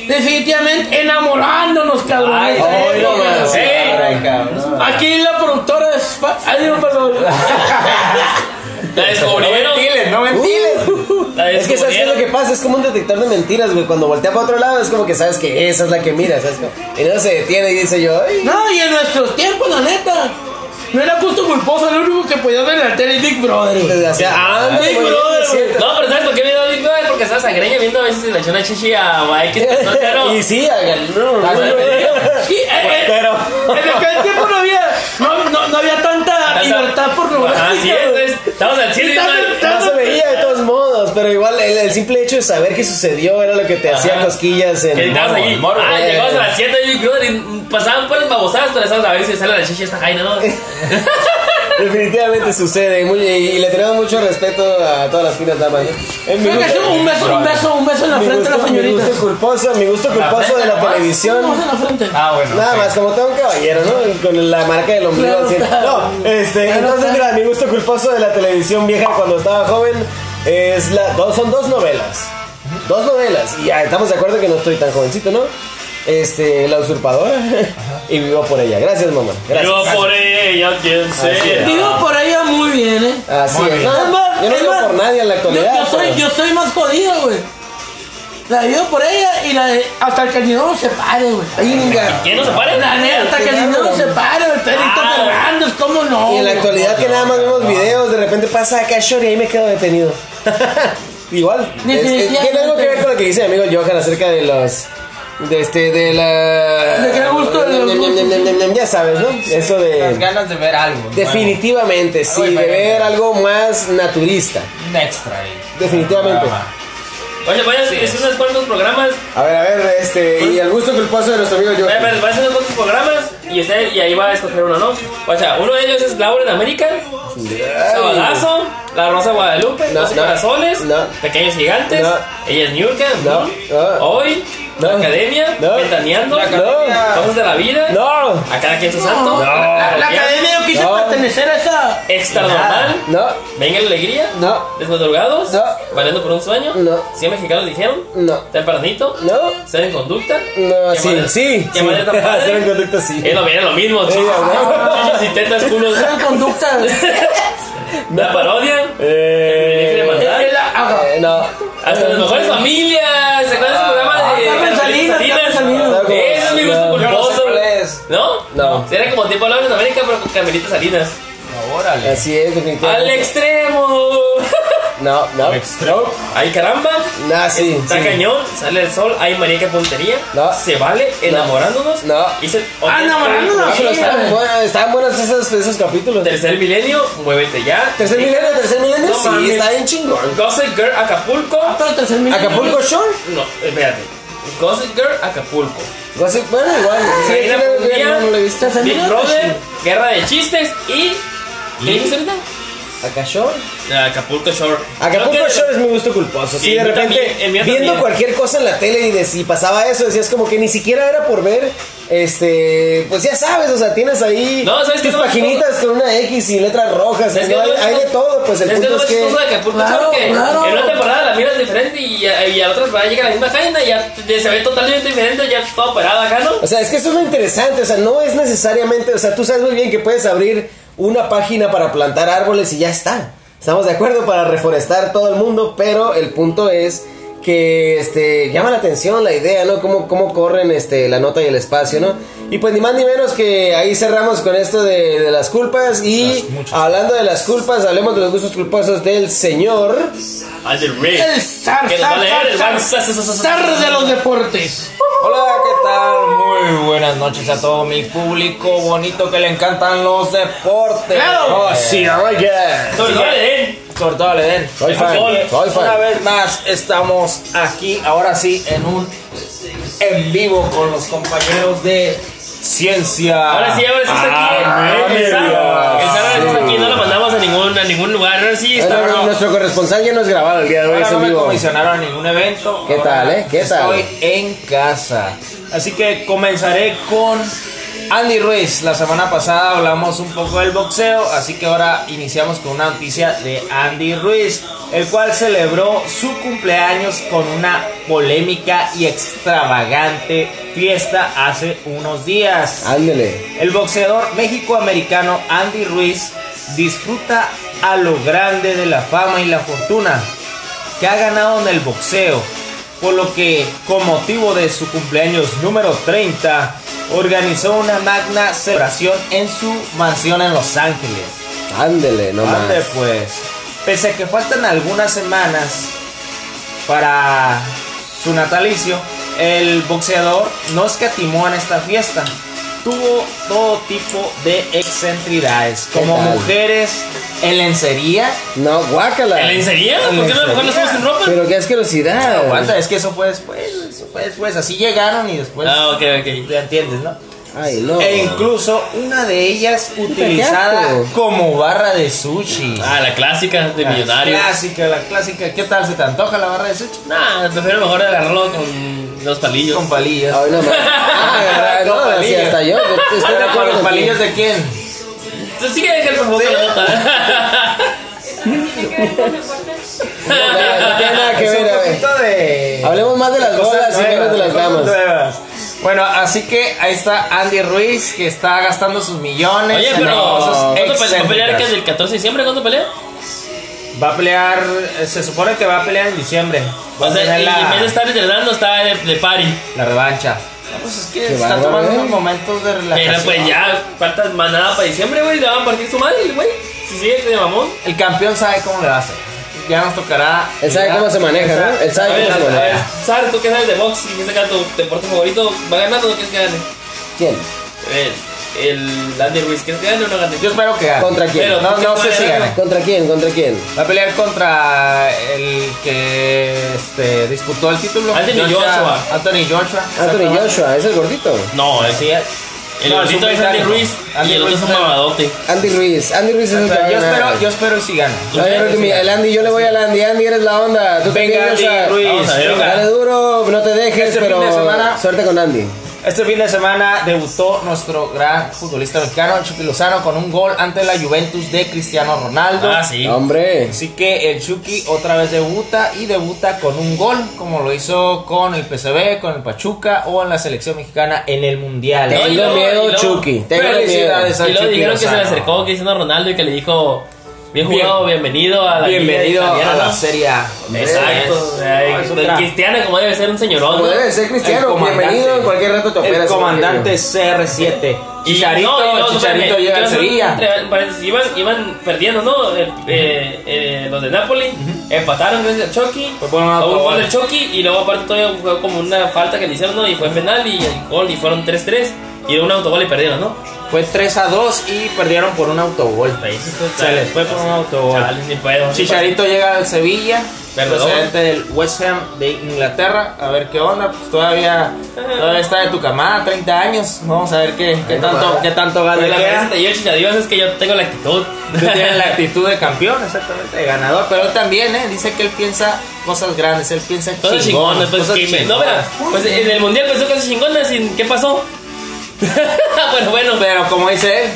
S1: Definitivamente enamorándonos, cabrón.
S3: Ay,
S1: Esta
S2: Ay, no,
S1: época.
S2: no,
S3: Sí.
S2: ay, cabrón.
S1: Aquí la productora es. fa- Ay, no, perdón.
S3: La descubrieron.
S4: no
S3: La
S2: Es que sabes qué es lo que
S3: descubrieron.
S2: pasa, es como un detector de mentiras, güey. Cuando voltea para otro lado es como que sabes que esa es la que mira, ¿sabes? cómo? Y no se detiene y dice yo, ay.
S1: No, y en nuestros tiempos, la neta. No era gusto culposo, lo único que podía ver en la tele Big Brother. güey.
S2: Entonces, así, ah,
S1: Big
S2: güey,
S1: Brother,
S2: es cierto.
S3: No, pero ¿sabes por qué me dio Big Brother? Porque sabes, a Greña viendo a veces se le echó una chichi a
S1: (laughs)
S3: X persona,
S2: Y sí, hagan- no, no, no, no.
S1: Sí, eh, eh,
S2: Pero-
S1: En aquel tiempo no había, no, (laughs) no, no había tanta libertad pornográfica.
S3: Ah, sí,
S1: güey.
S3: es, estamos al cine,
S1: Está
S3: ¿no?
S1: afectado.
S2: No se veía de todos modos, pero igual el, el simple hecho de saber que sucedió era lo que te hacía
S3: Ajá.
S2: cosquillas
S3: Que
S2: en
S3: estabas
S2: Morbo,
S3: allí.
S2: Morbo,
S3: ah,
S2: eh.
S3: llegabas a pues,
S1: (laughs)
S3: las 7 de Big Brother y mm, pasaban por las babosadas, pero estabas a ver si sale la chicha esta jaina, ¿no?
S2: Definitivamente sucede. Muy, y le tenemos mucho respeto a todas las finas damas. En mi
S1: Creo que
S2: gusto-
S1: sí, un beso, un beso, un beso en la
S2: mi
S1: frente a la
S2: gusto- mi
S1: señorita.
S2: gusto culposo, mi gusto culposo
S4: frente
S2: de la
S4: nomás.
S1: Un
S2: televisión.
S1: beso en la frente.
S4: Ah, bueno.
S2: Nada
S4: ok.
S2: más, como todo un caballero, ¿no? Con la marca del ombligo.
S1: Claro
S2: así.
S1: está.
S2: No, este,
S1: Claro
S2: entonces,
S1: está.
S2: mira, mi gusto culposo de la televisión vieja cuando estaba joven es la, dos, son dos novelas. Dos novelas. Y ya estamos de acuerdo que no estoy tan jovencito, ¿no? Este, La usurpadora (laughs) y vivo por ella. Gracias, mamá. Gracias.
S3: Yo por ella, quién
S1: Ah,
S3: sea.
S1: Digo por ella muy bien, eh.
S2: Así
S4: Muy
S2: es.
S4: bien.
S2: No,
S1: Es más,
S2: yo no
S1: es
S2: vivo
S1: más,
S2: por nadie en la actualidad.
S1: Yo, yo soy,
S2: pero-
S1: yo soy más jodido, güey. La vivo por ella y la de- hasta el cañón se pare, güey.
S2: Inga.
S3: ¿Quién no se pare?
S1: La neta, hasta que el dinero se pare, el Pedrito
S3: Ah.
S1: Fernández, ¿cómo no?
S2: Y en la
S1: güey?
S2: actualidad que nada más vemos videos, de repente pasa acá Shore y ahí me quedo detenido. (laughs) Igual. es- es- tiene algo que ver con lo que dice mi amigo Johan acerca de los... De este, de la...
S1: De qué gusto, de los
S2: Ñam, ñam, ñam, ñam, ñam, ñam, Ya sabes, ¿no? Eso
S4: Las
S2: de...
S4: ganas de ver algo. nuevo.
S2: Definitivamente, sí, de ver algo más naturista.
S4: Un extra ahí.
S2: Definitivamente.
S1: Ah,
S3: Oye, vayan a decir unos cuantos programas.
S2: A ver, a ver, este... Y el gusto culposo de nuestro amigo
S3: Vayan
S2: Johan.
S3: a hacer unos cuantos programas y, usted, y ahí va a escoger uno, ¿no? O sea, uno de ellos es Laura en América, Sabadazo, La Rosa de Guadalupe,
S2: No,
S3: Los
S2: no,
S3: Corazones,
S2: no.
S3: Pequeños Gigantes,
S2: No.
S3: Ella es Niurka,
S2: No,
S3: Moon,
S2: no.
S3: Hoy,
S2: No.
S3: La Academia,
S2: No.
S3: Ventaneando,
S2: La Academia.
S3: Cosas de la Vida,
S2: No,
S3: A cada quien su santo,
S1: La, la academia yo quise
S2: No.
S1: pertenecer a esa.
S3: Extra Normal,
S2: no,
S3: Venga la Alegría,
S2: no,
S3: Desmadrugados,
S2: No.
S3: Valiendo por un Sueño,
S2: No.
S3: 100 Mexicanos Dijeron,
S2: no.
S3: Tempranito,
S2: No.
S3: Ser en Conducta,
S2: No,
S3: ¿Qué
S2: sí,
S3: madre-
S2: sí.
S3: qué
S2: sí. (laughs)
S3: madre tan padre?
S2: Hacer un contacto sí.
S3: Es lo, era lo mismo,
S2: Sí,
S3: chicos.
S2: ¿verdad?
S3: Chichos y tetas, culos.
S1: Esa conducta.
S3: La parodia.
S2: Eh,
S3: El privilegio de
S1: Es la- ah,
S2: eh, no.
S3: Hasta las mejores familias. ¿Se acuerdan de ese programa de
S1: Ah, Carmen Salinas, Carmen Salinas.
S3: Eso es mi gusto
S2: Yo
S4: no sé
S3: culposo.
S4: cuál es.
S3: ¿No?
S2: No.
S3: Era como tipo Laura en América, pero con Carmelita Salinas.
S4: Órale.
S2: Así es, definitivamente.
S3: ¡Al extremo! (laughs)
S2: No, no.
S4: Extra.
S3: ¡Ay, caramba!
S2: No, sí.
S3: Está
S2: sí.
S3: cañón, sale el sol, hay María que puntería.
S2: No.
S3: Se vale, enamorándonos.
S2: No.
S3: Hice-
S1: Ah, enamorándonos,
S2: Ah, pero
S1: Sí,
S2: estaban
S1: güey.
S2: buenas- estaban buenos esos, esos capítulos.
S3: Tercer milenio, muévete ya.
S2: Tercer milenio, tercer milenio.
S3: No
S2: sí,
S3: mames.
S2: está bien chingón.
S3: Gossip Girl Acapulco.
S1: Pero el tercer milenio-
S2: Acapulco Shore.
S3: No, espérate. Gossip Girl Acapulco.
S2: Gossip- Bueno, igual. Sí,
S3: Reina
S2: tiene- no,
S3: Mundial.
S2: no lo he visto.
S1: Tercer
S3: Big
S1: milenio-
S3: Brother, Guerra de Chistes y. ¿Qué dices ahorita?
S2: Acá Shore.
S3: Acapulco Shore. Creo
S2: Acapulco
S3: que-
S2: Shore es mi gusto culposo. Sí,
S3: Y
S2: de
S3: yo
S2: repente,
S3: también, el mío
S2: viendo
S3: también.
S2: cualquier cosa en la tele y de si pasaba eso, decías como que ni siquiera era por ver. Este, pues ya sabes, o sea, tienes ahí
S3: No, ¿sabes qué
S2: tus
S3: es lo más
S2: paginitas con una X y letras rojas.
S3: Es
S2: y
S3: que
S2: no hay,
S3: no es
S2: hay de
S3: lo-
S2: todo, pues el
S3: es que
S2: punto
S3: lo
S2: es que.
S3: chistoso de Acapulco
S1: Claro,
S3: Shore que
S1: claro.
S3: en una temporada la miras diferente y, a- y a la otra temporada llega la misma cadena y ya te- se ve totalmente diferente, ya está operada acá, ¿no?
S2: O sea, es que eso es lo interesante, o sea, no es necesariamente, o sea, tú sabes muy bien que puedes abrir una página para plantar árboles y ya está. Estamos de acuerdo para reforestar todo el mundo, pero el punto es que este llama la atención la idea, ¿no? Cómo, cómo corren este la nota y el espacio, ¿no? Y pues ni más ni menos que ahí cerramos con esto de, de las culpas y
S4: Las muchas.
S2: hablando de las culpas, hablemos de los gustos culposos del señor.
S3: Al del Rick.
S1: El zar,
S3: Que nos va a
S1: zar,
S3: leer el
S1: zar,
S3: Van-
S1: zar, zar de los deportes.
S4: Hola, ¿qué tal? Muy buenas noches a todo mi público bonito que le encantan los deportes.
S1: Claro.
S3: Ah,
S4: Eh,
S2: oh my god.
S3: Sobre todo le den.
S4: Sobre todo le den.
S2: Soy fan, soy fan.
S4: Una vez más estamos aquí, ahora sí, en un en vivo con los compañeros de ciencia.
S3: Ahora sí, ahora sí está aquí. el
S4: Ah,
S3: Zarro.
S4: mira.
S3: El Zarro ahora sí está aquí, no lo mandamos a ningún, a ningún lugar. Ahora sí está.
S2: Bueno,
S4: no.
S2: Nuestro corresponsal ya nos grababa el día de hoy,
S4: Ahora
S2: es
S4: no
S2: en
S4: me
S2: vivo.
S4: comisionaron a ningún evento.
S2: ¿Qué
S4: Ahora
S2: tal, eh? ¿Qué tal?
S4: Estoy en casa. Así que comenzaré con Andy Ruiz. La semana pasada hablamos un poco del boxeo, así que ahora iniciamos con una noticia de Andy Ruiz, el cual celebró su cumpleaños con una polémica y extravagante fiesta hace unos días.
S2: Ándele.
S4: El boxeador mexicoamericano Andy Ruiz disfruta a lo grande de la fama y la fortuna que ha ganado en el boxeo, por lo que con motivo de su cumpleaños número 30 organizó una magna celebración en su mansión en Los Ángeles.
S2: Ándele, no más.
S4: Ande, pues. Pese a que faltan algunas semanas para su natalicio, el boxeador no escatimó en esta fiesta. Tuvo todo tipo de excentridades,
S2: ¿Qué
S4: como
S2: tal?
S4: mujeres en lencería.
S2: No, guácala.
S3: ¿En lencería? ¿Por qué no mejor lo hacemos sin ropa?
S2: Pero qué
S3: Ah,
S2: asquerosidad.
S4: Aguanta, es que eso fue después, eso fue después. Así llegaron y después.
S3: Ah, ok, ok.
S4: Ya entiendes, ¿no?
S6: Ay, no.
S4: E incluso una de ellas utilizada
S6: asco.
S4: como barra de sushi.
S3: Ah, la clásica de
S4: La
S3: millonarios.
S4: clásica, la clásica. ¿Qué tal se te antoja la barra de sushi?
S3: Nah, prefiero mejor agarrarlo con los palillos.
S4: Con palillas.
S6: Ay, no,
S4: (laughs)
S6: ma- Ah,
S4: Con
S6: no, así
S4: palillos.
S6: hasta yo. Estoy de
S4: Pero ¿Con
S6: acuerdo
S4: los
S6: contigo.
S4: palillos Ah, de quién?
S3: Tú sí que dejas un poco la nota.
S5: ¿Tiene que ver con deportes?
S6: No, no, no tiene nada que
S4: Es un
S6: ver, a ver.
S4: poquito de-
S6: Hablemos más de las
S4: cosas
S6: bolas y menos de
S4: nuevas,
S6: las
S4: cosas
S6: damas.
S4: nuevas. Bueno, así que ahí está Andy Ruiz que está gastando sus millones.
S3: Oye,
S4: en
S3: pero.
S4: cosas
S3: ¿Cuándo pelea? ¿Va a pelear
S4: excéntricas.
S3: que es del 14 de diciembre? ¿Cuándo pelea?
S4: Va a pelear, eh, se supone que va a pelear en diciembre. Va
S3: O
S4: a
S3: sea,
S4: tener
S3: en- en vez de
S4: la,
S3: estar entrenando, está de, de party.
S4: la revancha. No, pues es que
S6: Qué
S4: está
S6: bárbaro,
S4: tomando
S6: ¿eh?
S4: unos momentos de relajación.
S3: Pero pues ya, falta más nada para diciembre, güey. Le van a partir su madre, güey. Si sigue de mamón.
S4: El campeón sabe cómo le hace. Ya nos tocará.
S6: Él sabe cómo se maneja, ¿no? Él
S3: A
S6: sabe
S3: ver,
S6: cómo se
S3: a
S4: eh.
S3: ver,
S6: maneja.
S3: Sar, tú que sabes de box y que saca tu deporte favorito, ¿va ganando o no quieres que gane?
S6: ¿Quién?
S3: El, el Andy Ruiz, ¿quieres que gane o no gane?
S4: Yo espero que gane.
S6: ¿Contra quién?
S4: Pero no, no sé si gane.
S6: ¿Contra quién? ¿Contra quién?
S4: Va a pelear contra el que este, disputó el título.
S3: Anthony Joshua.
S4: Anthony Joshua.
S6: Anthony Joshua, es el gordito.
S3: No,
S4: Así es.
S3: El
S4: No,
S3: gordito es Andy
S4: británico.
S3: Ruiz
S4: Andy
S3: y el otro
S4: Ruiz
S3: es un
S4: es el-
S3: mamadote.
S6: Andy Ruiz. Andy Ruiz es el que va a
S4: Pero Yo
S6: ganar.
S4: espero, yo espero y si gana.
S6: No, yo creo que mi- el Andy, yo le voy al Andy. Andy, eres la onda. Tú también,
S4: Venga, Andy
S6: Joshua.
S4: Ruiz.
S3: Vamos a ver,
S4: venga.
S6: Dale duro, no te dejes,
S4: Este fin
S6: pero
S4: de semana-
S6: suerte con Andy.
S4: Este fin de semana debutó nuestro gran futbolista mexicano, el Chucky Lozano, con un gol ante la Juventus de Cristiano Ronaldo.
S3: Ah, sí.
S6: Hombre,
S4: Así que el Chucky otra vez debuta y debuta con un gol, como lo hizo con el PCB, con el Pachuca o en la selección mexicana en el Mundial.
S3: No, y
S6: tengo
S3: luego- y
S6: miedo,
S3: luego-
S6: Chucky. Tengo
S4: Felicidades
S6: miedo.
S4: al
S3: Y luego
S4: Chucky
S3: dijeron que se le
S4: Lozano.
S3: acercó Cristiano Ronaldo y que le dijo, bien jugado, bienvenido a la liga
S4: Bienvenido
S3: italiana",
S4: a
S3: ¿no?
S4: la Serie A.
S3: Exacto. o sea,
S4: No, es
S3: el-
S4: otra-
S3: el Cristiano, como debe ser un señorón.
S6: Como
S3: ¿no?
S6: debe ser,
S4: El
S6: Cristiano,
S4: comandante.
S6: bienvenido. En cualquier rato te
S4: El
S6: operas.
S4: comandante CR7.
S3: Y
S4: Chicharito,
S3: no, y no,
S4: Chicharito
S3: espérame,
S4: llega
S3: quiero
S4: al
S3: hacer un
S4: Sevilla.
S3: entre- paréntesis, Iban, iban perdiendo, ¿no? El- eh, eh, los de Napoli empataron gracias a Chucky.
S4: Fue por un autogol.
S3: Hubo un gol de Chucky y luego aparte todavía fue como una falta que le hicieron, ¿no? Y fue penal y el gol y fueron 3-3. Y un autogol y perdieron, ¿no?
S4: Fue 3 a 2 y perdieron por un autogol.
S3: Ahí sí
S4: Se les Pues, fue por un autogol.
S3: pues, Chale, ni puedo.
S4: Chicharito llega al Sevilla,
S3: Perdedor.
S4: procedente del West Ham de Inglaterra. A ver qué onda, pues todavía, todavía está de tu camada, 30 años. Vamos a ver qué, qué tanto, qué tanto gana.
S3: Pero la
S4: le queda.
S3: verdad es Pues que yo, Chicharito, es que yo tengo la
S4: (laughs)
S3: actitud.
S4: Tú tienes
S3: (laughs)
S4: la actitud de campeón, exactamente, de ganador. Pero él también, ¿eh? Dice que él piensa cosas grandes, él piensa
S3: Cosas
S4: chingón,
S3: chingonas, pues,
S4: cosas
S3: que-
S4: chingonas.
S3: No, mira, pues en el mundial pensó cosas chingonas y ¿qué pasó? (laughs) bueno, bueno,
S4: Pero como dice él,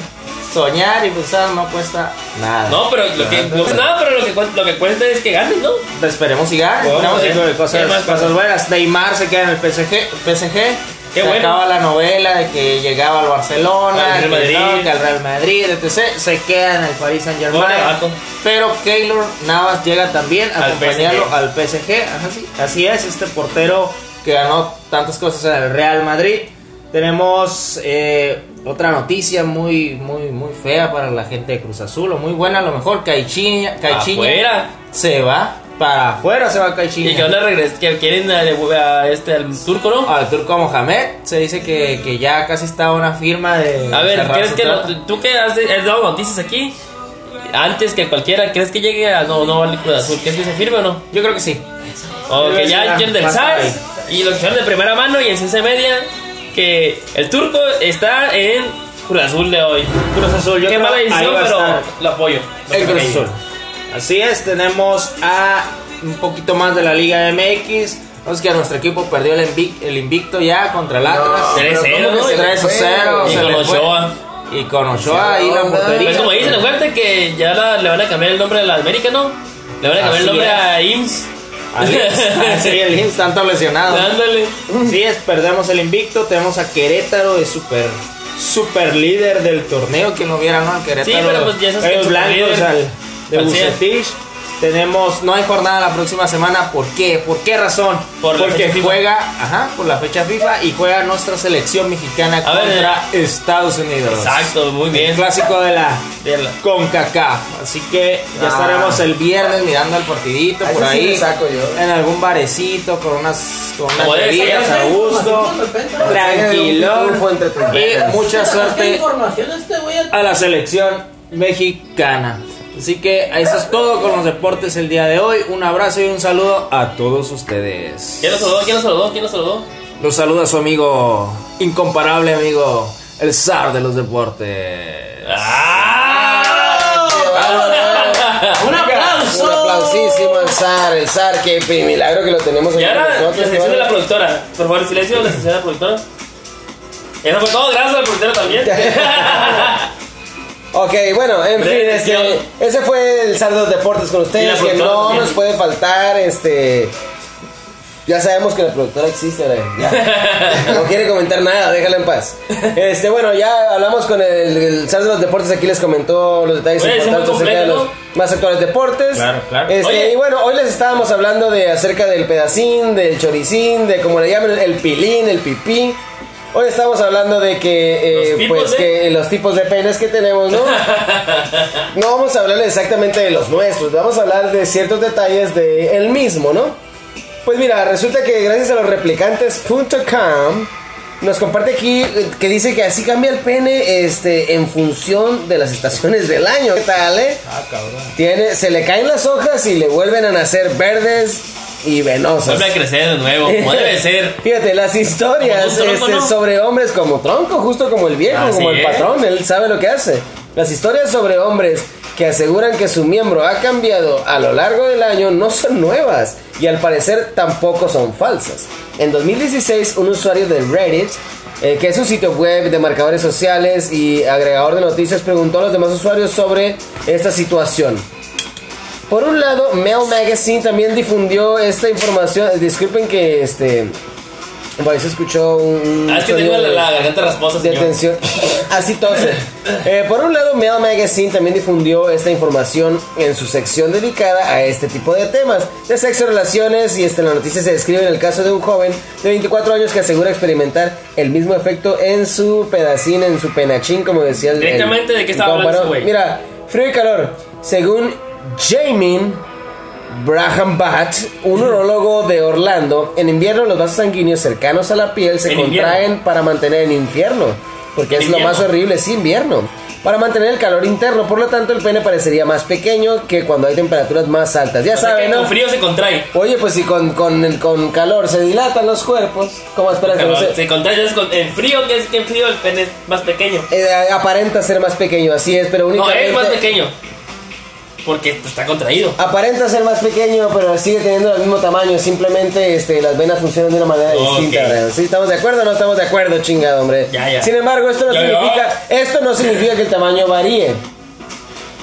S4: soñar y pensar no cuesta nada.
S3: No, pero lo que, no, nada, pero lo que, cu- lo que cuenta es que ganen, ¿no?
S4: Pues Esperemos y ganar.
S3: Vamos
S4: Esperemos
S3: a ver.
S4: y cosas,
S3: eh. ¿Qué más pasa?
S4: cosas buenas. Neymar se queda en el PSG. PSG.
S3: Qué
S4: se
S3: bueno.
S4: acaba la novela de que llegaba al Barcelona,
S3: Al Real
S4: que, no,
S3: Madrid.
S4: que al Real Madrid, etc. Se queda en el Paris Saint
S3: Pobre
S4: Germain.
S3: vato.
S4: Pero Keylor Navas llega también a
S3: Al
S4: acompañarlo
S3: PSG.
S4: al PSG. Ajá, sí. Así es, este portero que ganó tantas cosas en el Real Madrid. Tenemos eh, otra noticia muy, muy, muy fea para la gente de Cruz Azul, o muy buena a lo mejor. Caixinha, Caixinha
S3: Afuera.
S4: se va para afuera, se va Caixinha.
S3: Y que ahora regres que quieren a, a este, al turco, ¿no?
S4: Al turco Mohamed se dice que, que ya casi está una firma de.
S3: A ver,
S4: cerrar
S3: ¿crees
S4: su
S3: que lo-
S4: trato.
S3: tú que has, has dado noticias aquí? Antes que cualquiera, ¿crees que llegue a no, no al Cruz Azul? ¿Crees que se firme o no?
S4: Yo creo que sí.
S3: O
S4: Yo
S3: que
S4: creo que
S3: ya
S4: ya,
S3: John del
S4: pasa
S3: SAR
S4: ahí.
S3: y lo que son de primera mano y en ciencia media, que el turco está en Cruz Azul de hoy.
S4: Cruz Azul, yo
S3: Qué
S4: creo
S3: mala
S4: ahí
S3: decisión,
S4: va a
S3: pero
S4: estar.
S3: lo apoyo. Lo
S4: El
S3: creo
S4: Cruz
S3: que
S4: Azul. Así es, tenemos a un poquito más de la Liga MX. Vamos que nuestro equipo perdió el, invic- el invicto ya contra el Atlas.
S3: pero 3-0,
S6: ¿cómo que
S3: ¿no?
S6: se le fue?
S4: 3-0,
S3: Y
S4: se
S3: con
S4: le fue.
S3: Ochoa.
S4: Y con Ochoa ahí la
S6: Onda.
S4: portería.
S3: Pues como dicen, acuérdate que ya la- le van a cambiar el nombre a la América, ¿no? Le van a cambiar
S4: Así
S3: el nombre
S4: es.
S3: a IMSS. (laughs)
S4: Así (laughs) es, así el Insta, tanto lesionado.
S3: Dándole.
S4: Así es, perdemos el invicto, tenemos a Querétaro de super super líder del torneo, quien lo viera, ¿no? Al Querétaro.
S3: Sí, pero pues ya sabes que
S4: ellos
S3: el
S4: blancos
S3: superlíder-
S4: al, de
S3: Así es.
S4: Bucetich. Tenemos, no hay jornada la próxima semana, ¿por qué? ¿Por qué razón?
S3: Por la
S4: Porque
S3: fecha FIFA.
S4: juega, ajá, por la fecha FIFA y juega nuestra selección mexicana
S3: A ver, eh.
S4: contra Estados Unidos.
S3: Exacto, muy
S4: El
S3: bien.
S4: clásico de la
S3: De la-
S4: con Kaká. Así que ya
S6: Ah.
S4: estaremos el viernes mirando el partidito
S6: A
S4: por
S6: ese sí
S4: ahí.
S6: le saco yo.
S4: En algún barecito con unas con unas
S3: Joder,
S4: bebidas
S3: esa-
S4: a gusto,
S6: Un
S4: tranquilo
S6: triunfo entre tus
S4: y
S6: manos.
S4: mucha
S1: ¿Qué
S4: suerte
S1: información este güey?
S4: a la selección mexicana. Así que eso es todo con los deportes el día de hoy. Un abrazo y un saludo a todos ustedes.
S3: ¿Quién lo saludó? ¿Quién lo saludó? ¿Quién lo saludó?
S4: Los saluda su amigo incomparable amigo el zar de los deportes.
S1: ¡Un aplauso!
S2: Un aplausísimo al zar, el zar, que pi- milagro que lo tenemos
S3: Y
S2: aquí con
S3: ahora, la
S2: nosotros,
S3: sección de
S2: ¿vale?
S3: la productora. Por favor, silencio, la sección de la productora. Eso fue todo, gracias a la productora también.
S2: Ok, bueno, en fin,
S3: Breve
S2: este,
S3: sección.
S2: ese fue el zar de los deportes con
S3: Y la
S2: ustedes, que
S3: productora
S2: no
S3: también.
S2: nos puede faltar, este... Ya sabemos que la productora existe, ¿verdad?
S3: (laughs)
S2: Ya. no quiere comentar nada, déjala en paz. Este, bueno, ya hablamos con el, el zar de los deportes, aquí les comentó los detalles
S3: Oye, es muy
S2: importantes acerca de
S3: completo,
S2: los más actuales deportes.
S4: Claro, claro.
S2: Este,
S3: Oye.
S2: y bueno, hoy les estábamos hablando de acerca del pedacín, del choricín, de como le llaman, el pilín, el pipí. Hoy estamos hablando de que, eh,
S3: Los tipos
S2: pues,
S3: de-
S2: que los tipos de penes que
S3: (laughs)
S2: tenemos, ¿no? no vamos a hablar exactamente de los nuestros, vamos a hablar de ciertos detalles de el mismo, ¿no? Pues mira, resulta que gracias a los replicantes.com nos comparte aquí eh, que dice que así cambia el pene este, en función de las estaciones del año. ¿Qué tal, eh?
S4: Ah, cabrón.
S2: Tiene, se le caen las hojas y le vuelven a nacer verdes y venosas.
S3: Vuelve a crecer de nuevo,
S2: (laughs)
S3: como debe ser.
S2: Fíjate, las
S3: Como
S2: historias
S3: tú, tronco,
S2: este,
S3: ¿no?
S2: sobre hombres como tronco, justo como el viejo,
S3: Así
S2: como el
S3: es.
S2: patrón, él sabe lo que hace. Las historias sobre hombres que aseguran que su miembro ha cambiado a lo largo del año no son nuevas y al parecer tampoco son falsas. En 2016, un usuario de Reddit, eh, que es un sitio web de marcadores sociales y agregador de noticias, preguntó a los demás usuarios sobre esta situación. Por un lado, Mail Magazine también difundió esta información. Disculpen que este. Por ahí se escuchó un.
S3: Ah, es que
S2: sonido
S3: tengo la,
S2: de-
S3: la garganta rasposa,
S2: de
S3: señor.
S2: atención.
S3: (laughs)
S2: Así tose. Eh, por un lado, Mail Magazine también difundió esta información en su sección dedicada a este tipo de temas. De sexo, relaciones y este, en la noticia se describe el caso de un joven de 24 años que asegura experimentar el mismo efecto en su pedacín, en su penachín, como decía el...
S3: Directamente,
S2: el-
S3: ¿de qué
S2: el
S3: estaba hablando
S2: compa, ¿no?
S3: ese güey?
S2: Mira, frío y calor. Según Jamin Braham Bat, un urologo de Orlando, en invierno los vasos sanguíneos cercanos a la piel se
S3: En
S2: contraen para mantener el infierno. Porque es
S3: ¿Invierno?
S2: lo más horrible, es invierno. Para mantener el calor interno, por lo tanto el pene parecería más pequeño que cuando hay temperaturas más altas. Ya
S3: O sea que
S2: saben, ¿no?
S3: Con frío se contrae.
S2: Oye, pues si con, con, el- con calor se dilatan los cuerpos, ¿cómo esperas que no
S3: Pero
S2: se-
S3: se contrae es con, en frío, que es que en frío el pene es más pequeño.
S2: eh, aparenta ser más pequeño, así es, pero
S3: No,
S2: únicamente...
S3: es más pequeño. Porque está contraído.
S2: Aparenta ser más pequeño, pero sigue teniendo el mismo tamaño. Simplemente este, las venas funcionan de una manera
S3: Ok.
S2: distinta. ¿verdad? ¿Sí estamos de acuerdo o no estamos de acuerdo, chingado, hombre?
S3: Ya, ya.
S2: Sin embargo, esto no,
S3: Ya, ya.
S2: significa, esto no significa que el tamaño varíe.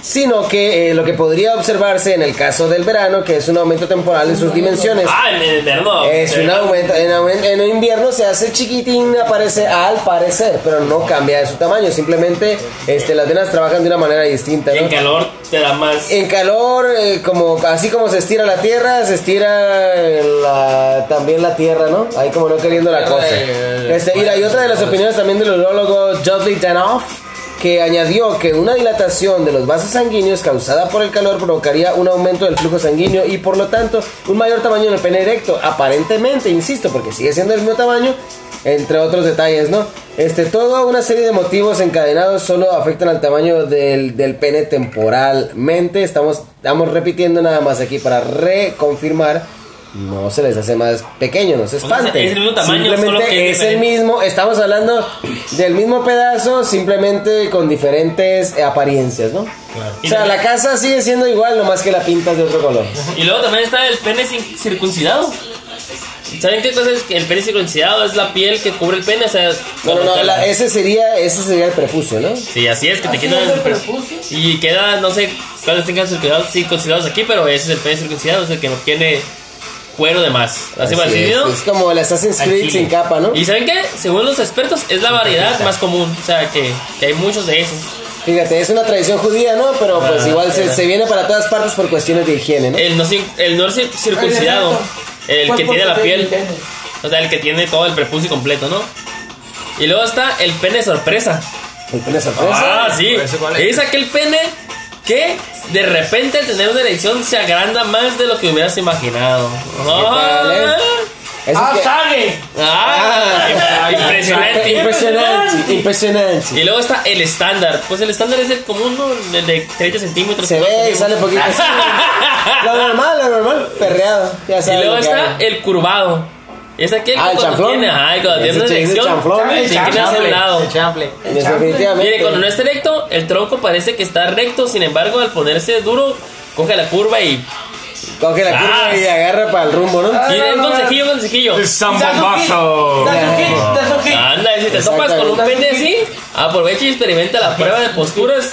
S2: Sino que eh, lo que podría observarse en el caso del verano, que es un aumento temporal en sus dimensiones.
S3: Ah, en el invierno.
S2: Es un aumento, en, aumen- en invierno se hace chiquitín aparece, al parecer, pero no cambia de su tamaño, simplemente este, las venas trabajan de una manera distinta.
S3: Y
S2: ¿no?
S3: en calor te da más.
S2: En calor, eh, como así como se estira la tierra, se estira eh, la- también la tierra, ¿no? Ahí como no queriendo la cosa. Este, mira, y otra de las opiniones también del urologo Dudley Danoff, que añadió que una dilatación de los vasos sanguíneos causada por el calor provocaría un aumento del flujo sanguíneo y por lo tanto un mayor tamaño en el pene erecto, aparentemente, insisto, porque sigue siendo el mismo tamaño, entre otros detalles, ¿no? Este, toda una serie de motivos encadenados solo afectan al tamaño del, del pene temporalmente. Estamos, estamos repitiendo nada más aquí para reconfirmar. No se les hace más pequeño, no se
S3: sea,
S2: espanten.
S3: es el mismo tamaño,
S2: simplemente
S3: solo que es
S2: es el
S3: diferente.
S2: mismo, estamos hablando del mismo pedazo, simplemente con diferentes eh, apariencias, ¿no? O sea, la casa sigue siendo igual, nomás que la pintas de otro color.
S3: Y luego también está el pene sin- circuncidado. ¿Saben qué cosa es que el pene circuncidado? Es la piel que cubre el pene. O sea,
S2: No, no, no,
S3: cuando te la-
S2: la- ese, sería, ese sería el prepucio, ¿no?
S3: Sí, así es, que te quitan el prepucio. Y queda, no sé cuáles tengan circuncidados, sí, considerados aquí, pero ese es el pene circuncidado, es el que no tiene cuero de más. Así, va
S2: Así es,
S3: decidido.
S2: es como el Assassin's Creed
S3: Aquí.
S2: sin capa, ¿no?
S3: ¿Y saben qué? Según los expertos, es la variedad más común. O sea, que, que hay muchos de esos.
S2: Fíjate, es una tradición judía, ¿no? Pero
S3: Ah,
S2: pues igual se, se viene para todas partes por cuestiones de higiene, ¿no?
S3: El no, cir- el no cir- circuncidado, el que tiene la piel, o sea, el que tiene todo el prepucio completo, ¿no? Y luego está el pene sorpresa.
S2: El pene sorpresa.
S3: Ah, sí.
S4: ¿Ese cuál es?
S3: Es aquel pene que de repente al tener una erección se agranda más de lo que hubieras imaginado.
S2: tal, eh?
S3: Ah,
S2: Eso
S1: ¡Ah,
S2: es que-
S1: sabe!
S3: ah, impresionante.
S2: Impresionante, impresionante.
S3: Y luego está el estándar. Pues el estándar es el común, ¿no? el de 30 centímetros.
S2: Se
S3: 50
S2: ve y
S3: centímetros. (laughs)
S2: sale poquito. Lo normal, lo normal, perreado. Ya
S3: Y
S2: sabes
S3: luego
S2: lo que
S3: está
S2: hago.
S3: el curvado. Es aquel que
S2: Ah, el
S3: cuando
S2: chanflón.
S3: tiene, ajá, y cuando tiene
S2: Ese
S3: una
S2: ch- ese
S3: erección,
S2: chanflón,
S3: se
S2: el
S3: inclina hacia un
S2: chanfle.
S3: lado.
S7: El chanfle.
S2: Definitivamente.
S3: Mire, cuando no está recto, el tronco parece que está recto, sin embargo, al ponerse duro, coge la curva y...
S2: Coge la curva y
S3: ¡Sas!
S2: agarra para el rumbo, ¿no?
S1: Ah,
S3: Mire,
S1: no,
S3: un
S1: no,
S3: consejillo, consejillo.
S6: Zambombazo.
S3: Anda, y si te topas con un pene así, aprovecha y experimenta la prueba de posturas.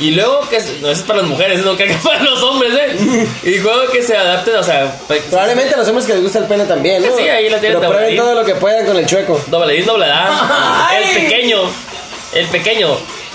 S3: Y luego que. se- No, eso es para las mujeres, no que (laughs) para los hombres, ¿eh? Y luego que se adapten, o sea. pues, pa-
S2: Probablemente a los hombres que les gusta el pene también, ¿no?
S3: Sí, ahí la tienen
S2: Pero
S3: tabladín.
S2: prueben todo lo que puedan con el chueco.
S3: Dobladín,
S1: (laughs)
S3: dobladá.
S1: ¡Ay!
S3: El pequeño. El pequeño.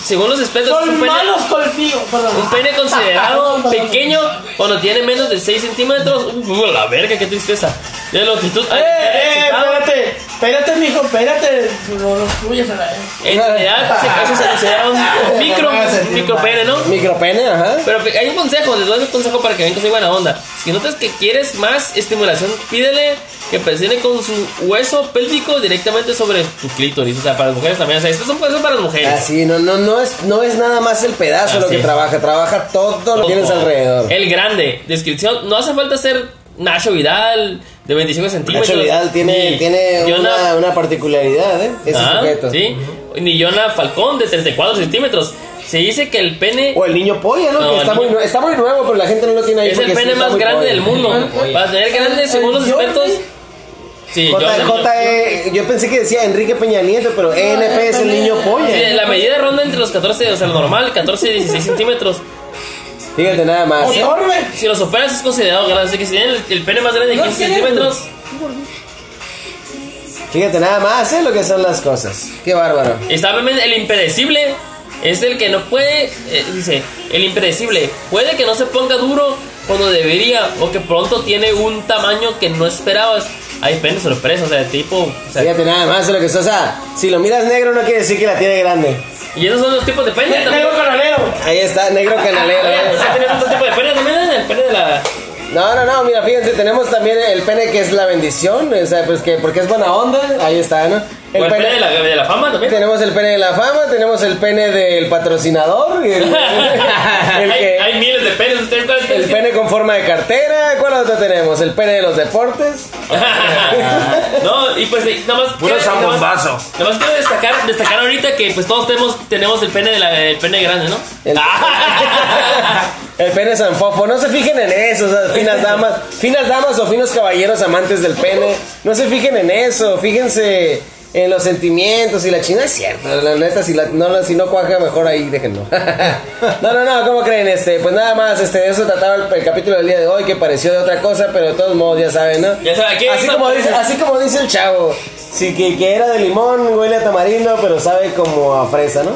S3: Según los expertos, es
S1: Son
S3: un pene,
S1: malos contigo,
S3: un
S1: perdón.
S3: pene
S1: (laughs)
S3: considerado pequeño cuando tiene menos de 6 centímetros. Uh, la verga, qué tristeza. De longitud.
S1: Eh, eh, espérate, espérate, mijo, espérate. No lo tuyas a la
S3: En realidad, se eso se considera
S1: (laughs)
S3: un micro, un micro pene, ¿no?
S2: Micropene, ajá.
S3: Pero que- hay un consejo, les doy un consejo para que vean que soy buena onda. Si notas que quieres más estimulación, pídele que presione con su hueso pélvico directamente sobre tu clítoris. O sea, para las mujeres también. O sea, esto es un consejo para las mujeres.
S2: Así, Ah, no, no, no es, no es nada más el pedazo lo
S3: Así
S2: que
S3: es.
S2: trabaja, trabaja todo lo que tienes
S3: Ojo.
S2: alrededor.
S3: El grande. Descripción. No hace falta ser Nacho Vidal de 25 centímetros.
S2: Nacho Vidal tiene,
S3: ni
S2: tiene
S3: Jonah-
S2: una, una particularidad, ¿eh? Ese
S3: Ah,
S2: sujeto.
S3: sí. Ni Jonah Falcón de 34 centímetros. Se dice que el pene...
S2: O el niño polla, ¿no?
S3: No,
S2: que está,
S3: el
S2: muy,
S3: niño-
S2: nue- está muy nuevo, pero la gente no lo tiene ahí.
S3: Es
S2: porque
S3: el
S2: sí
S3: pene
S2: está
S3: más
S2: muy
S3: grande
S2: polla.
S3: del mundo. Para tener grande, según los
S1: el Jordi.
S3: expertos. Sí,
S2: J,
S3: Jordan.
S2: J, eh, yo pensé que decía Enrique Peña Nieto, pero ENP es el niño polla.
S3: Sí, la medida ronda entre los 14, o sea, lo normal, 14 y 16 centímetros.
S2: Fíjate nada
S3: ¿Ah,
S2: más.
S1: Orbe,
S3: Si los operas es considerado grande, así que si tienen el, el pene más grande de
S1: No
S3: 15
S1: tiene-
S3: centímetros,
S2: Fíjate nada más, ¿eh? Lo que son las cosas. Qué bárbaro.
S3: está obviamente el impredecible, es el que no puede, eh, dice, el impredecible, puede que no se ponga duro cuando debería, o que pronto tiene un tamaño que no esperabas. Hay pene sorpresa, o sea, tipo... o sea,
S2: Fíjate nada más lo que son. O sea, si lo miras negro no quiere decir que la tiene grande.
S3: y esos son los tipos de pene. también.
S1: negro canalero.
S2: Ahí está, negro canalero.
S3: Eh, (laughs) o sea,
S2: ¿eh?
S3: tienes otro tipo de pene también, ¿eh? el pene de la...
S2: No, no, no, mira, fíjense, tenemos también el pene que es la bendición, o sea, pues que porque es buena onda, ahí está, ¿no?
S3: o el pene de la, de la fama también.
S2: Tenemos (laughs) el pene de la fama, tenemos el pene del
S3: (laughs)
S2: patrocinador, y el, el
S3: hay,
S2: que-
S3: hay miles de penes. ¿ustedes cuál es?
S2: el pene con forma de cartera, ¿cuál otro tenemos? El pene de los deportes.
S3: no, y pues eh, nada más.
S6: Puro
S3: quiero- nada más-
S6: zambombazo.
S3: Nada más quiero destacar, destacar ahorita que pues todos tenemos, tenemos el pene de la, el pene grande, ¿no?
S2: El,
S3: Ah.
S2: (laughs) el pene sanfofo, no se fijen en eso, o sea, finas damas, finas damas o finos caballeros amantes del pene, no se fijen en eso, fíjense en los sentimientos y la china es cierto, la neta si, la- no, no, si no cuaja mejor ahí déjenlo. (laughs) No, no, no, ¿cómo creen? Este, pues nada más, este, de eso trataba el, el capítulo del día de hoy que pareció de otra cosa, pero de todos modos ya saben, ¿no?
S3: Ya saben, aquí
S2: así
S3: está-
S2: como dice, así como dice el chavo, sí que, que era de limón, huele a tamarindo, pero sabe como a fresa, ¿no?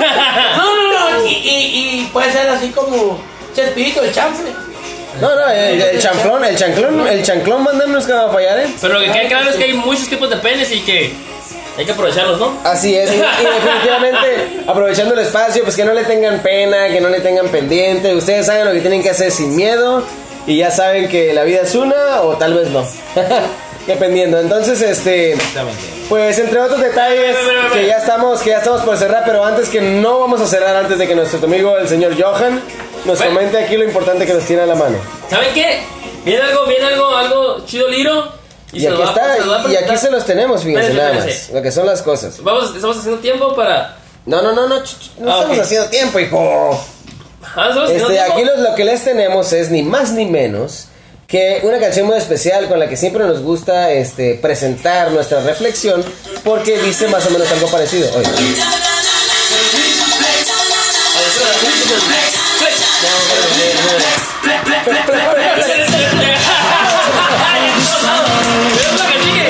S3: Ah.
S1: No, no, no. Y, y, y puede ser así como Chespirito, el chanfle.
S2: No, no, el, el chanflón, el chanclón, el chanclón mandamos que va a fallar, ¿eh?
S3: Pero lo que queda claro es que hay muchos tipos de penes y que hay que aprovecharlos, ¿no?
S2: Así es, y, (laughs) y definitivamente aprovechando el espacio, pues que no le tengan pena, que no le tengan pendiente, ustedes saben lo que tienen que hacer sin miedo y ya saben que la vida es una o tal vez no, (laughs) dependiendo. Entonces, este, pues entre otros detalles que ya estamos, que ya estamos por cerrar, pero antes que no vamos a cerrar antes de que nuestro amigo el señor Johan nos
S3: Bueno.
S2: comente aquí lo importante que nos tiene a la mano.
S3: ¿Saben qué? Viene algo, viene algo, algo chido liro.
S2: Y,
S3: se lo
S2: aquí
S3: va-
S2: está,
S3: se lo va a
S2: y
S3: presentar.
S2: aquí se los tenemos, fíjense
S3: Espérense,
S2: nada más,
S3: espérense.
S2: lo que son las cosas.
S3: Vamos, estamos haciendo tiempo para.
S2: No, no, no, no, ch- ch- no
S3: Ah,
S2: estamos
S3: ok.
S2: haciendo tiempo, hijo.
S3: Ah, estamos haciendo
S2: Este,
S3: tiempo.
S2: aquí los- lo que les tenemos es ni más ni menos que una canción muy especial con la que siempre nos gusta este, presentar nuestra reflexión porque dice más o menos algo parecido. Oye.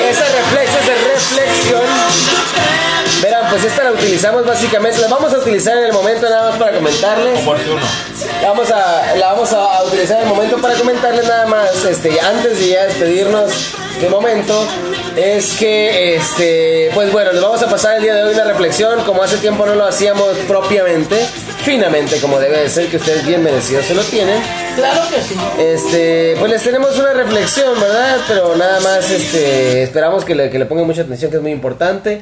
S2: Esa reflex, esa reflexión. Verán, pues esta la utilizamos básicamente, la vamos a utilizar en el momento nada más para comentarles.
S6: Oportuno.
S2: La vamos a, la vamos a a utilizar en el momento para comentarles nada más, este, antes de ya despedirnos de momento, es que, este, pues bueno, les vamos a pasar el día de hoy una reflexión, como hace tiempo no lo hacíamos propiamente, finamente, como debe de ser, que ustedes bien merecidos se lo tienen.
S1: Claro que sí.
S2: Este, pues les tenemos una reflexión, ¿verdad? Pero nada más, este, esperamos que le, que le pongan mucha atención, que es muy importante.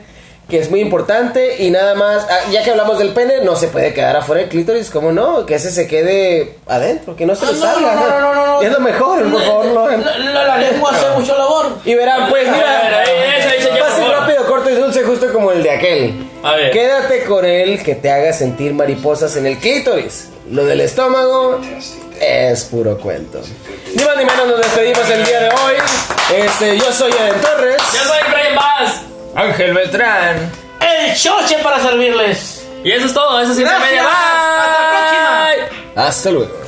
S2: que es muy importante y nada más, ah, ya que hablamos del pene, no se puede quedar afuera del clítoris, ¿cómo no? Que ese se quede adentro, que no se
S1: Ah,
S2: le
S1: no,
S2: salga.
S1: no, no, no, no, no.
S2: Es lo mejor, por favor, no.
S1: La, la- la lengua
S3: Ah.
S1: hace mucho labor.
S2: Y verán, pues mira,
S3: Eso, eso, ya, por
S2: fácil,
S3: favor.
S2: rápido, corto y dulce, justo como el de aquel.
S3: A ver.
S2: Quédate con el que te haga sentir mariposas en el clítoris. Lo del estómago es puro cuento. Ni más ni menos nos despedimos el día de hoy. Este, yo soy Eden Torres.
S3: Yo soy Brian Bass.
S4: Ángel Beltrán.
S1: El choche para servirles.
S3: Y eso es todo. Eso es Intermedia.
S1: Gracias. Hasta la
S3: Bye.
S1: próxima.
S2: Hasta luego.